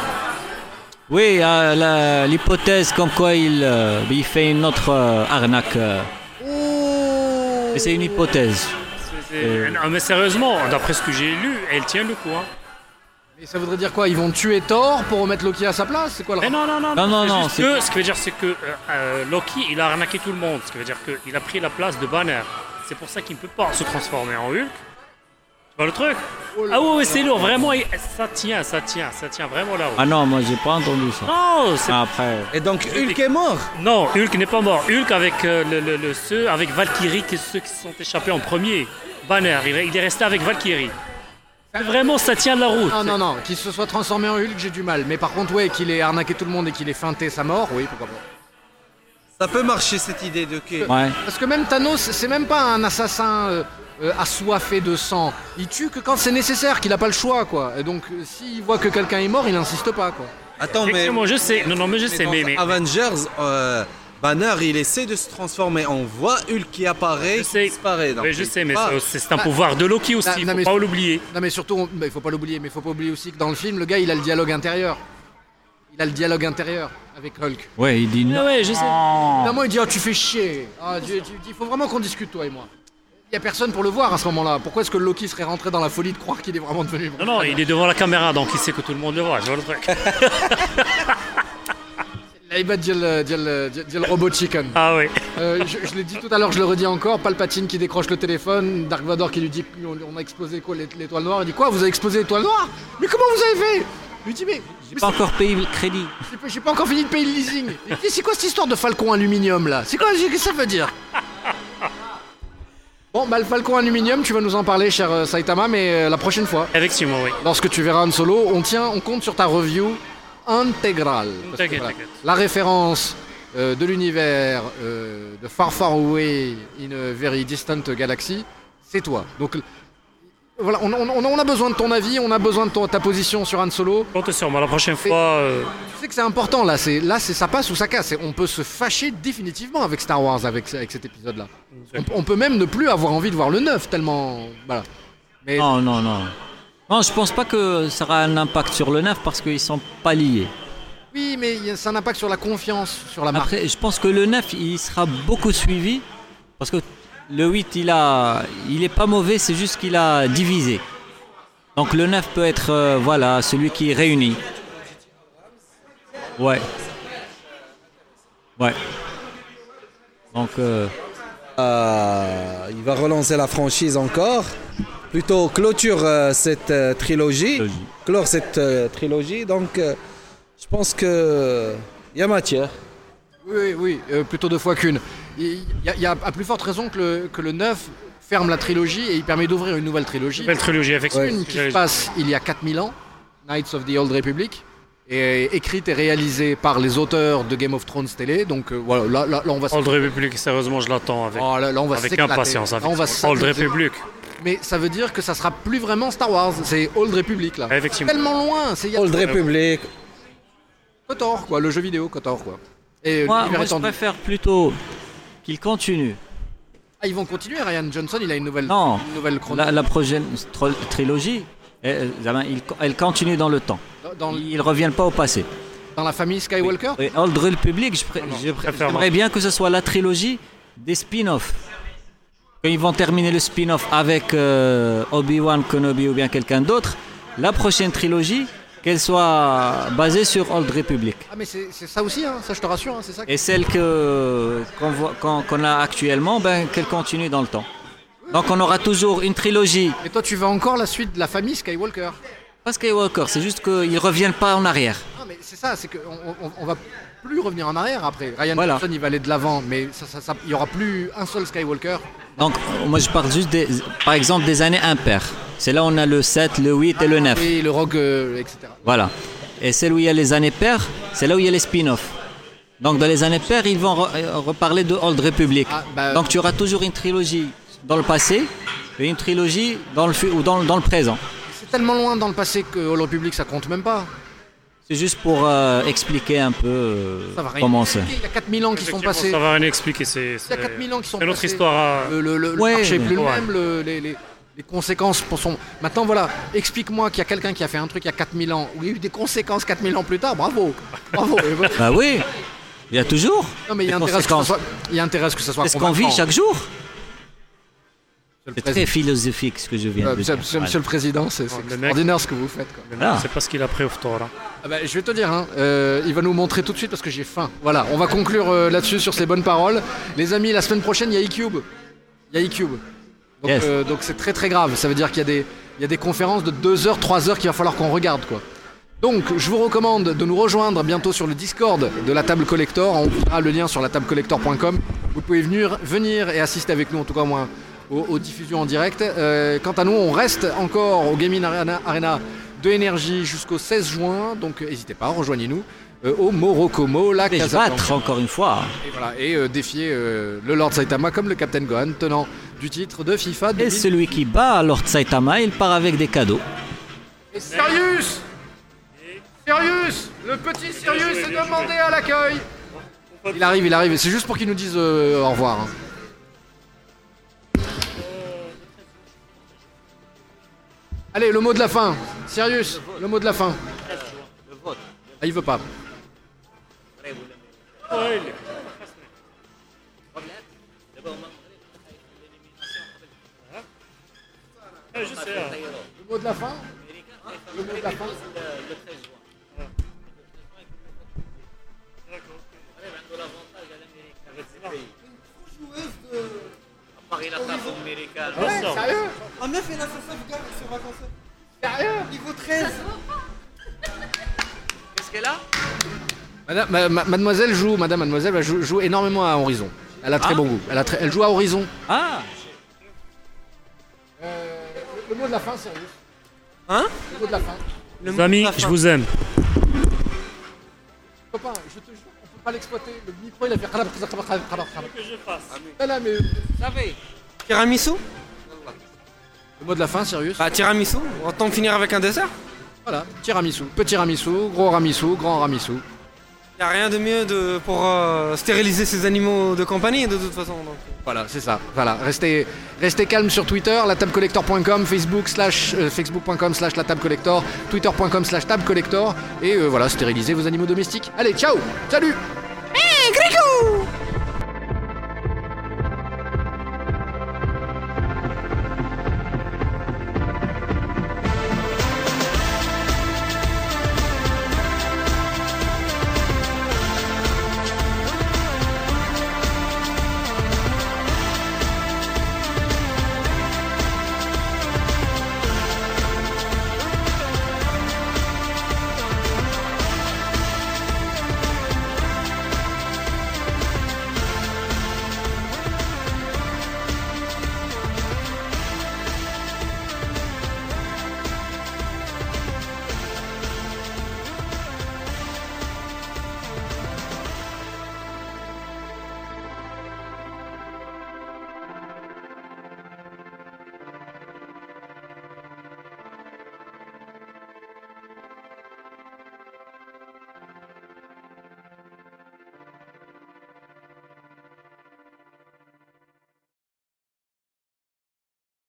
B: Oui, euh, la- l'hypothèse comme quoi il, euh, il fait une autre euh, arnaque. euh. Mais c'est une hypothèse.
H: C'est- c'est- Non, mais sérieusement, d'après ce que j'ai lu, elle tient le coup. Hein.
A: Et ça voudrait dire quoi Ils vont tuer Thor pour remettre Loki à sa place C'est quoi le
H: Mais
A: rapport
H: non, non, non,
B: Non, non,
H: c'est
B: non,
H: juste
B: c'est-
H: que- ce qui veut dire, c'est que euh, euh, Loki, il a arnaqué tout le monde. Ce qui veut dire qu'il a pris la place de Banner. C'est pour ça qu'il ne peut pas se transformer en Hulk. Tu vois le truc Ah oui, oui, c'est lourd, vraiment, il- ça tient, ça tient, ça tient vraiment là-haut.
B: Ah non, moi j'ai pas entendu ça.
H: Non, c'est-
B: Après,
D: et donc Hulk est mort.
H: non, Hulk n'est pas mort. Hulk avec euh, le, le- le- ceux, avec Valkyrie, qui- ceux qui se sont échappés en premier. Banner, il, est- il est resté avec Valkyrie. Vraiment, ça tient la route.
A: Non, non, non, qu'il se soit transformé en Hulk, j'ai du mal. Mais par contre, ouais, qu'il ait arnaqué tout le monde et qu'il ait feinté sa mort, oui, pourquoi pas.
K: Ça peut marcher cette idée de que.
B: ouais.
A: Parce que même Thanos, c'est même pas un assassin euh, euh, assoiffé de sang. Il tue que quand c'est nécessaire, qu'il a pas le choix, quoi. Et donc, euh, s'il voit que quelqu'un est mort, il insiste pas, quoi.
D: Attends, mais.
H: Effectivement, je sais. Non, non, mais je
D: mais
H: sais,
D: dans
H: mais. mais-
D: Avengers, euh, Banner, il essaie de se transformer. On voit Hulk qui apparaît,
H: Je
D: qui
H: sais.
D: disparaît. Ah. Donc,
H: mais je
D: il
H: sais,
D: peut
H: mais
D: pas-
H: ça- c'est c'est un pouvoir de Loki aussi,
A: Non,
H: il
A: non,
H: faut
A: mais-
H: pas l'oublier.
A: Non, mais surtout, on- bah, il faut pas l'oublier, mais il faut pas oublier aussi que dans le film, le gars, il a le dialogue intérieur. Il a le dialogue intérieur avec Hulk.
B: ouais, il dit non.
H: ouais, je sais.
A: Évidemment, il dit Oh, tu fais chier. Ah, tu- tu- il faut vraiment qu'on discute, toi et moi. Il y a personne pour le voir à ce moment-là. Pourquoi est-ce que Loki serait rentré dans la folie de croire qu'il est vraiment devenu.
H: Non, non, il est devant la caméra, donc il sait que tout le monde le voit, je vois le truc.
A: Là, dial, dial, dial, dial robot chicken.
H: Ah oui.
A: Euh, je je l'ai dit tout à l'heure, je le redis encore, Palpatine qui décroche le téléphone, Dark Vador qui lui dit on, on a explosé quoi l'é- l'étoile noire, il dit quoi vous avez explosé l'étoile noire Mais comment vous avez fait Il lui dit mais,
B: J'ai
A: mais
B: pas encore payé le crédit.
A: c'est- j'ai pas- j'ai pas encore fini de payer le leasing. Il dit c'est quoi cette histoire de Falcon aluminium là C'est quoi qu'est-ce que ça veut dire Bon bah le Falcon aluminium, tu vas nous en parler cher euh, Saitama, mais euh, la prochaine fois,
H: Effectivement, oui.
A: lorsque tu verras Han Solo, on tient, on compte sur ta review intégrale. Parce que,
H: T'inquiète,
A: voilà,
H: t'inquiète.
A: la référence euh, de l'univers euh, de Far Far Away in a Very Distant Galaxy, c'est toi. Donc l- voilà, on, on- on- on a besoin de ton avis, on a besoin de ton- ta position sur Han Solo.
H: Compte sur moi, la prochaine fois. euh,
A: Tu sais que c'est important là, c'est là c'est ça passe ou ça casse. Et on peut se fâcher définitivement avec Star Wars avec, ce- avec cet épisode là. On, on peut même ne plus avoir envie de voir le 9 tellement voilà. Et-
B: Non, non, non. Non, je pense pas que ça aura un impact sur le 9 parce qu'ils sont pas liés.
A: Oui, mais il y a- ça a un impact sur la confiance, sur la marque.
B: Après, je pense que le 9, il sera beaucoup suivi parce que le 8, il a, il est pas mauvais, c'est juste qu'il a divisé. Donc le 9 peut être, euh, voilà, celui qui réunit. Ouais. Ouais. Donc, euh,
D: Euh, il va relancer la franchise encore. Plutôt clôture euh, cette euh, trilogie,
B: Trilogie.
D: clore cette euh, trilogie. Donc, euh, je pense que il y a matière.
A: Oui, oui, oui, euh, plutôt deux fois qu'une. Il y, a- il y a à plus forte raison que le, que le 9 ferme la trilogie et il permet d'ouvrir une nouvelle trilogie.
H: Belle trilogie, effectivement.
A: Une qui se passe il y a 4000 ans, Knights of the Old Republic, et écrite et réalisée par les auteurs de Game of Thrones télé. Donc euh, voilà, là, là, là, on va s-
H: Old Republic, sérieusement, je l'attends avec,
A: Oh, là, là, on va
H: avec
A: s'éclater.
H: impatience.
A: Là,
H: Avec
A: on va
H: Old
A: s'amuser.
H: Republic.
A: mais ça veut dire que ça sera plus vraiment Star Wars. C'est Old Republic là.
H: Effectivement.
A: Tellement loin, c'est il y a
D: Old Republic.
A: Kotor quoi, le jeu vidéo Kotor quoi. Et
B: Moi,
A: l'univers
B: moi, je
A: étendu.
B: préfère plutôt qu'il continue.
A: Ah, ils vont continuer, Ryan Johnson, il a une nouvelle,
B: Non.
A: une nouvelle chronique.
B: La, la prochaine tro- trilogie, elle, elle- il- elle continue dans le temps.
A: Dans,
B: Ils ne reviennent pas au passé.
A: dans la famille Skywalker
B: Et Ah Old Republic, je pré- je pré-
H: préfère-
B: j'aimerais bien que ce soit la trilogie des spin-offs. Quand ils vont terminer le spin-off avec euh, Obi-Wan Kenobi ou bien quelqu'un d'autre, la prochaine trilogie, qu'elle soit basée sur Old Republic.
A: Ah, mais c'est c'est ça aussi, hein, ça je te rassure, hein, c'est ça. que-
B: Et celle que- qu'on voit- qu'on- qu'on a actuellement, ben, qu'elle continue dans le temps. Donc on aura toujours une trilogie.
A: Mais toi, tu veux encore la suite de la famille Skywalker
B: Pas Skywalker, c'est juste qu'ils ne reviennent pas en arrière.
A: Ah, mais c'est ça, c'est qu'on on, on va plus revenir en arrière après. Ryan
B: Voilà.
A: Johnson, il va aller de l'avant, mais ça- ça- ça- il n'y aura plus un seul Skywalker.
B: Donc moi je parle juste, des, par exemple, des années impaires. C'est là où on a le 7, le 8 et le 9.
A: Oui, le Rogue, euh, etc.
B: Voilà. Et celle où il y a les années paires, c'est là où il y a les spin-offs. Donc dans les années paires, ils vont re- euh, reparler de Old Republic.
A: Ah, bah-
B: Donc tu auras toujours une trilogie dans le passé et une trilogie dans le, fu- ou dans, le- dans le présent.
A: C'est tellement loin dans le passé que All Republic, ça compte même pas.
B: C'est juste pour euh, expliquer un peu euh,
A: Ça va rien.
B: comment c'est.
A: expliquer. Il y a 4000 ans qui sont
H: Effectivement,
A: passés.
H: Ça va rien expliquer. C'est
A: Il y a
H: c'est-
A: 4000 ans qui sont
H: c'est notre
A: passés.
H: histoire. hein. à-
A: Le, le, le- le
B: Ouais,
A: marché est
B: mais-
A: plus le
H: Ouais.
A: même, le- les, les- les conséquences pour son. Maintenant, voilà, explique-moi qu'il y a quelqu'un qui a fait un truc il y a 4000 ans, où il y a eu des conséquences 4000 ans plus tard, bravo Bravo Et voilà.
B: Bah oui, il y a toujours.
A: Non, mais il y
B: des
A: a intérêt à ce que ça
B: conséquences.
A: soit. Il y a intérêt à ce que ça soit.
B: C'est ce qu'on vit
A: convaincant,
B: chaque jour.
A: monsieur le
B: C'est très
A: président.
B: philosophique ce que je viens
A: Euh,
B: de
A: Monsieur,
B: dire.
A: monsieur- monsieur le président, c'est c'est
H: Oh, Le mec-
A: extraordinaire ce que vous faites. quoi.
B: Ah.
H: C'est pas ce qu'il a pris au Torah.
A: Ah bah, je vais te dire, hein, euh, il va nous montrer tout de suite parce que j'ai faim. Voilà, on va conclure euh, là-dessus sur ces bonnes paroles. Les amis, la semaine prochaine, il y a E-Cube. Il y a E-Cube. Donc
B: Yes.
A: euh, donc c'est très très grave. Ça veut dire qu'il y, a des- il y a des conférences de 2 heures, 3 heures qu'il va falloir qu'on regarde. quoi. Donc, je vous recommande de nous rejoindre bientôt sur le Discord de la table collector. On vous fera le lien sur la tablecollector.com. Vous pouvez venir, venir et assister avec nous, en tout cas moi, aux, aux diffusions en direct. Euh, quant à nous, on reste encore au Gaming Arena, Arena de Énergie jusqu'au 16 juin. Donc, euh, n'hésitez pas, rejoignez-nous euh, au Morocomo, la
B: Et je
A: Casablanca.
B: battre encore une fois.
A: Et, voilà, et, euh, défier euh, le Lord Saitama comme le Captain Gohan, tenant du titre de FIFA. 2000.
B: Et celui qui bat Lord Saitama, il part avec des cadeaux.
A: Et Sirius Sirius Le petit Sirius est demandé à l'accueil Il arrive, il arrive, c'est juste pour qu'il nous dise euh, au revoir. hein. Allez, le mot de la fin Sirius, le mot de la fin Ah, il veut pas.
H: Je sais. hein.
A: Le mot de la fin Le mot de la fin Sérieux
C: Un meuf et l'assassin vous garde sur vacances.
A: Sérieux
C: Niveau 13.
A: Madame- ma- ma- mademoiselle joue, madame, mademoiselle elle joue, joue énormément à Horizon. Elle a très bon goût. Elle, a très- elle joue à Horizon.
B: Ah
A: Euh, le mot de la fin, sérieux.
C: Hein
A: Le mot de la fin.
C: Le
H: Les amis, je vous aime.
A: Copain, je te jure, on peut pas l'exploiter. Le micro, il a fait. Que je fasse. Là, mais... Le
C: Tiramisu
A: mot de la fin, sérieux.
C: Bah tiramisu, autant finir avec un dessert.
A: Voilà, tiramisu. Petit ramisu, gros ramisu, grand ramisu.
C: Y a rien de mieux de, pour euh, stériliser ces animaux de compagnie de toute façon. donc.
A: Voilà, c'est ça. Voilà, restez, restez calme sur Twitter, latabcollector.com, Facebook slash euh, facebook.com slash latabcollector, twitter.com slash tabcollector et euh, voilà, stérilisez vos animaux domestiques. Allez, ciao, salut.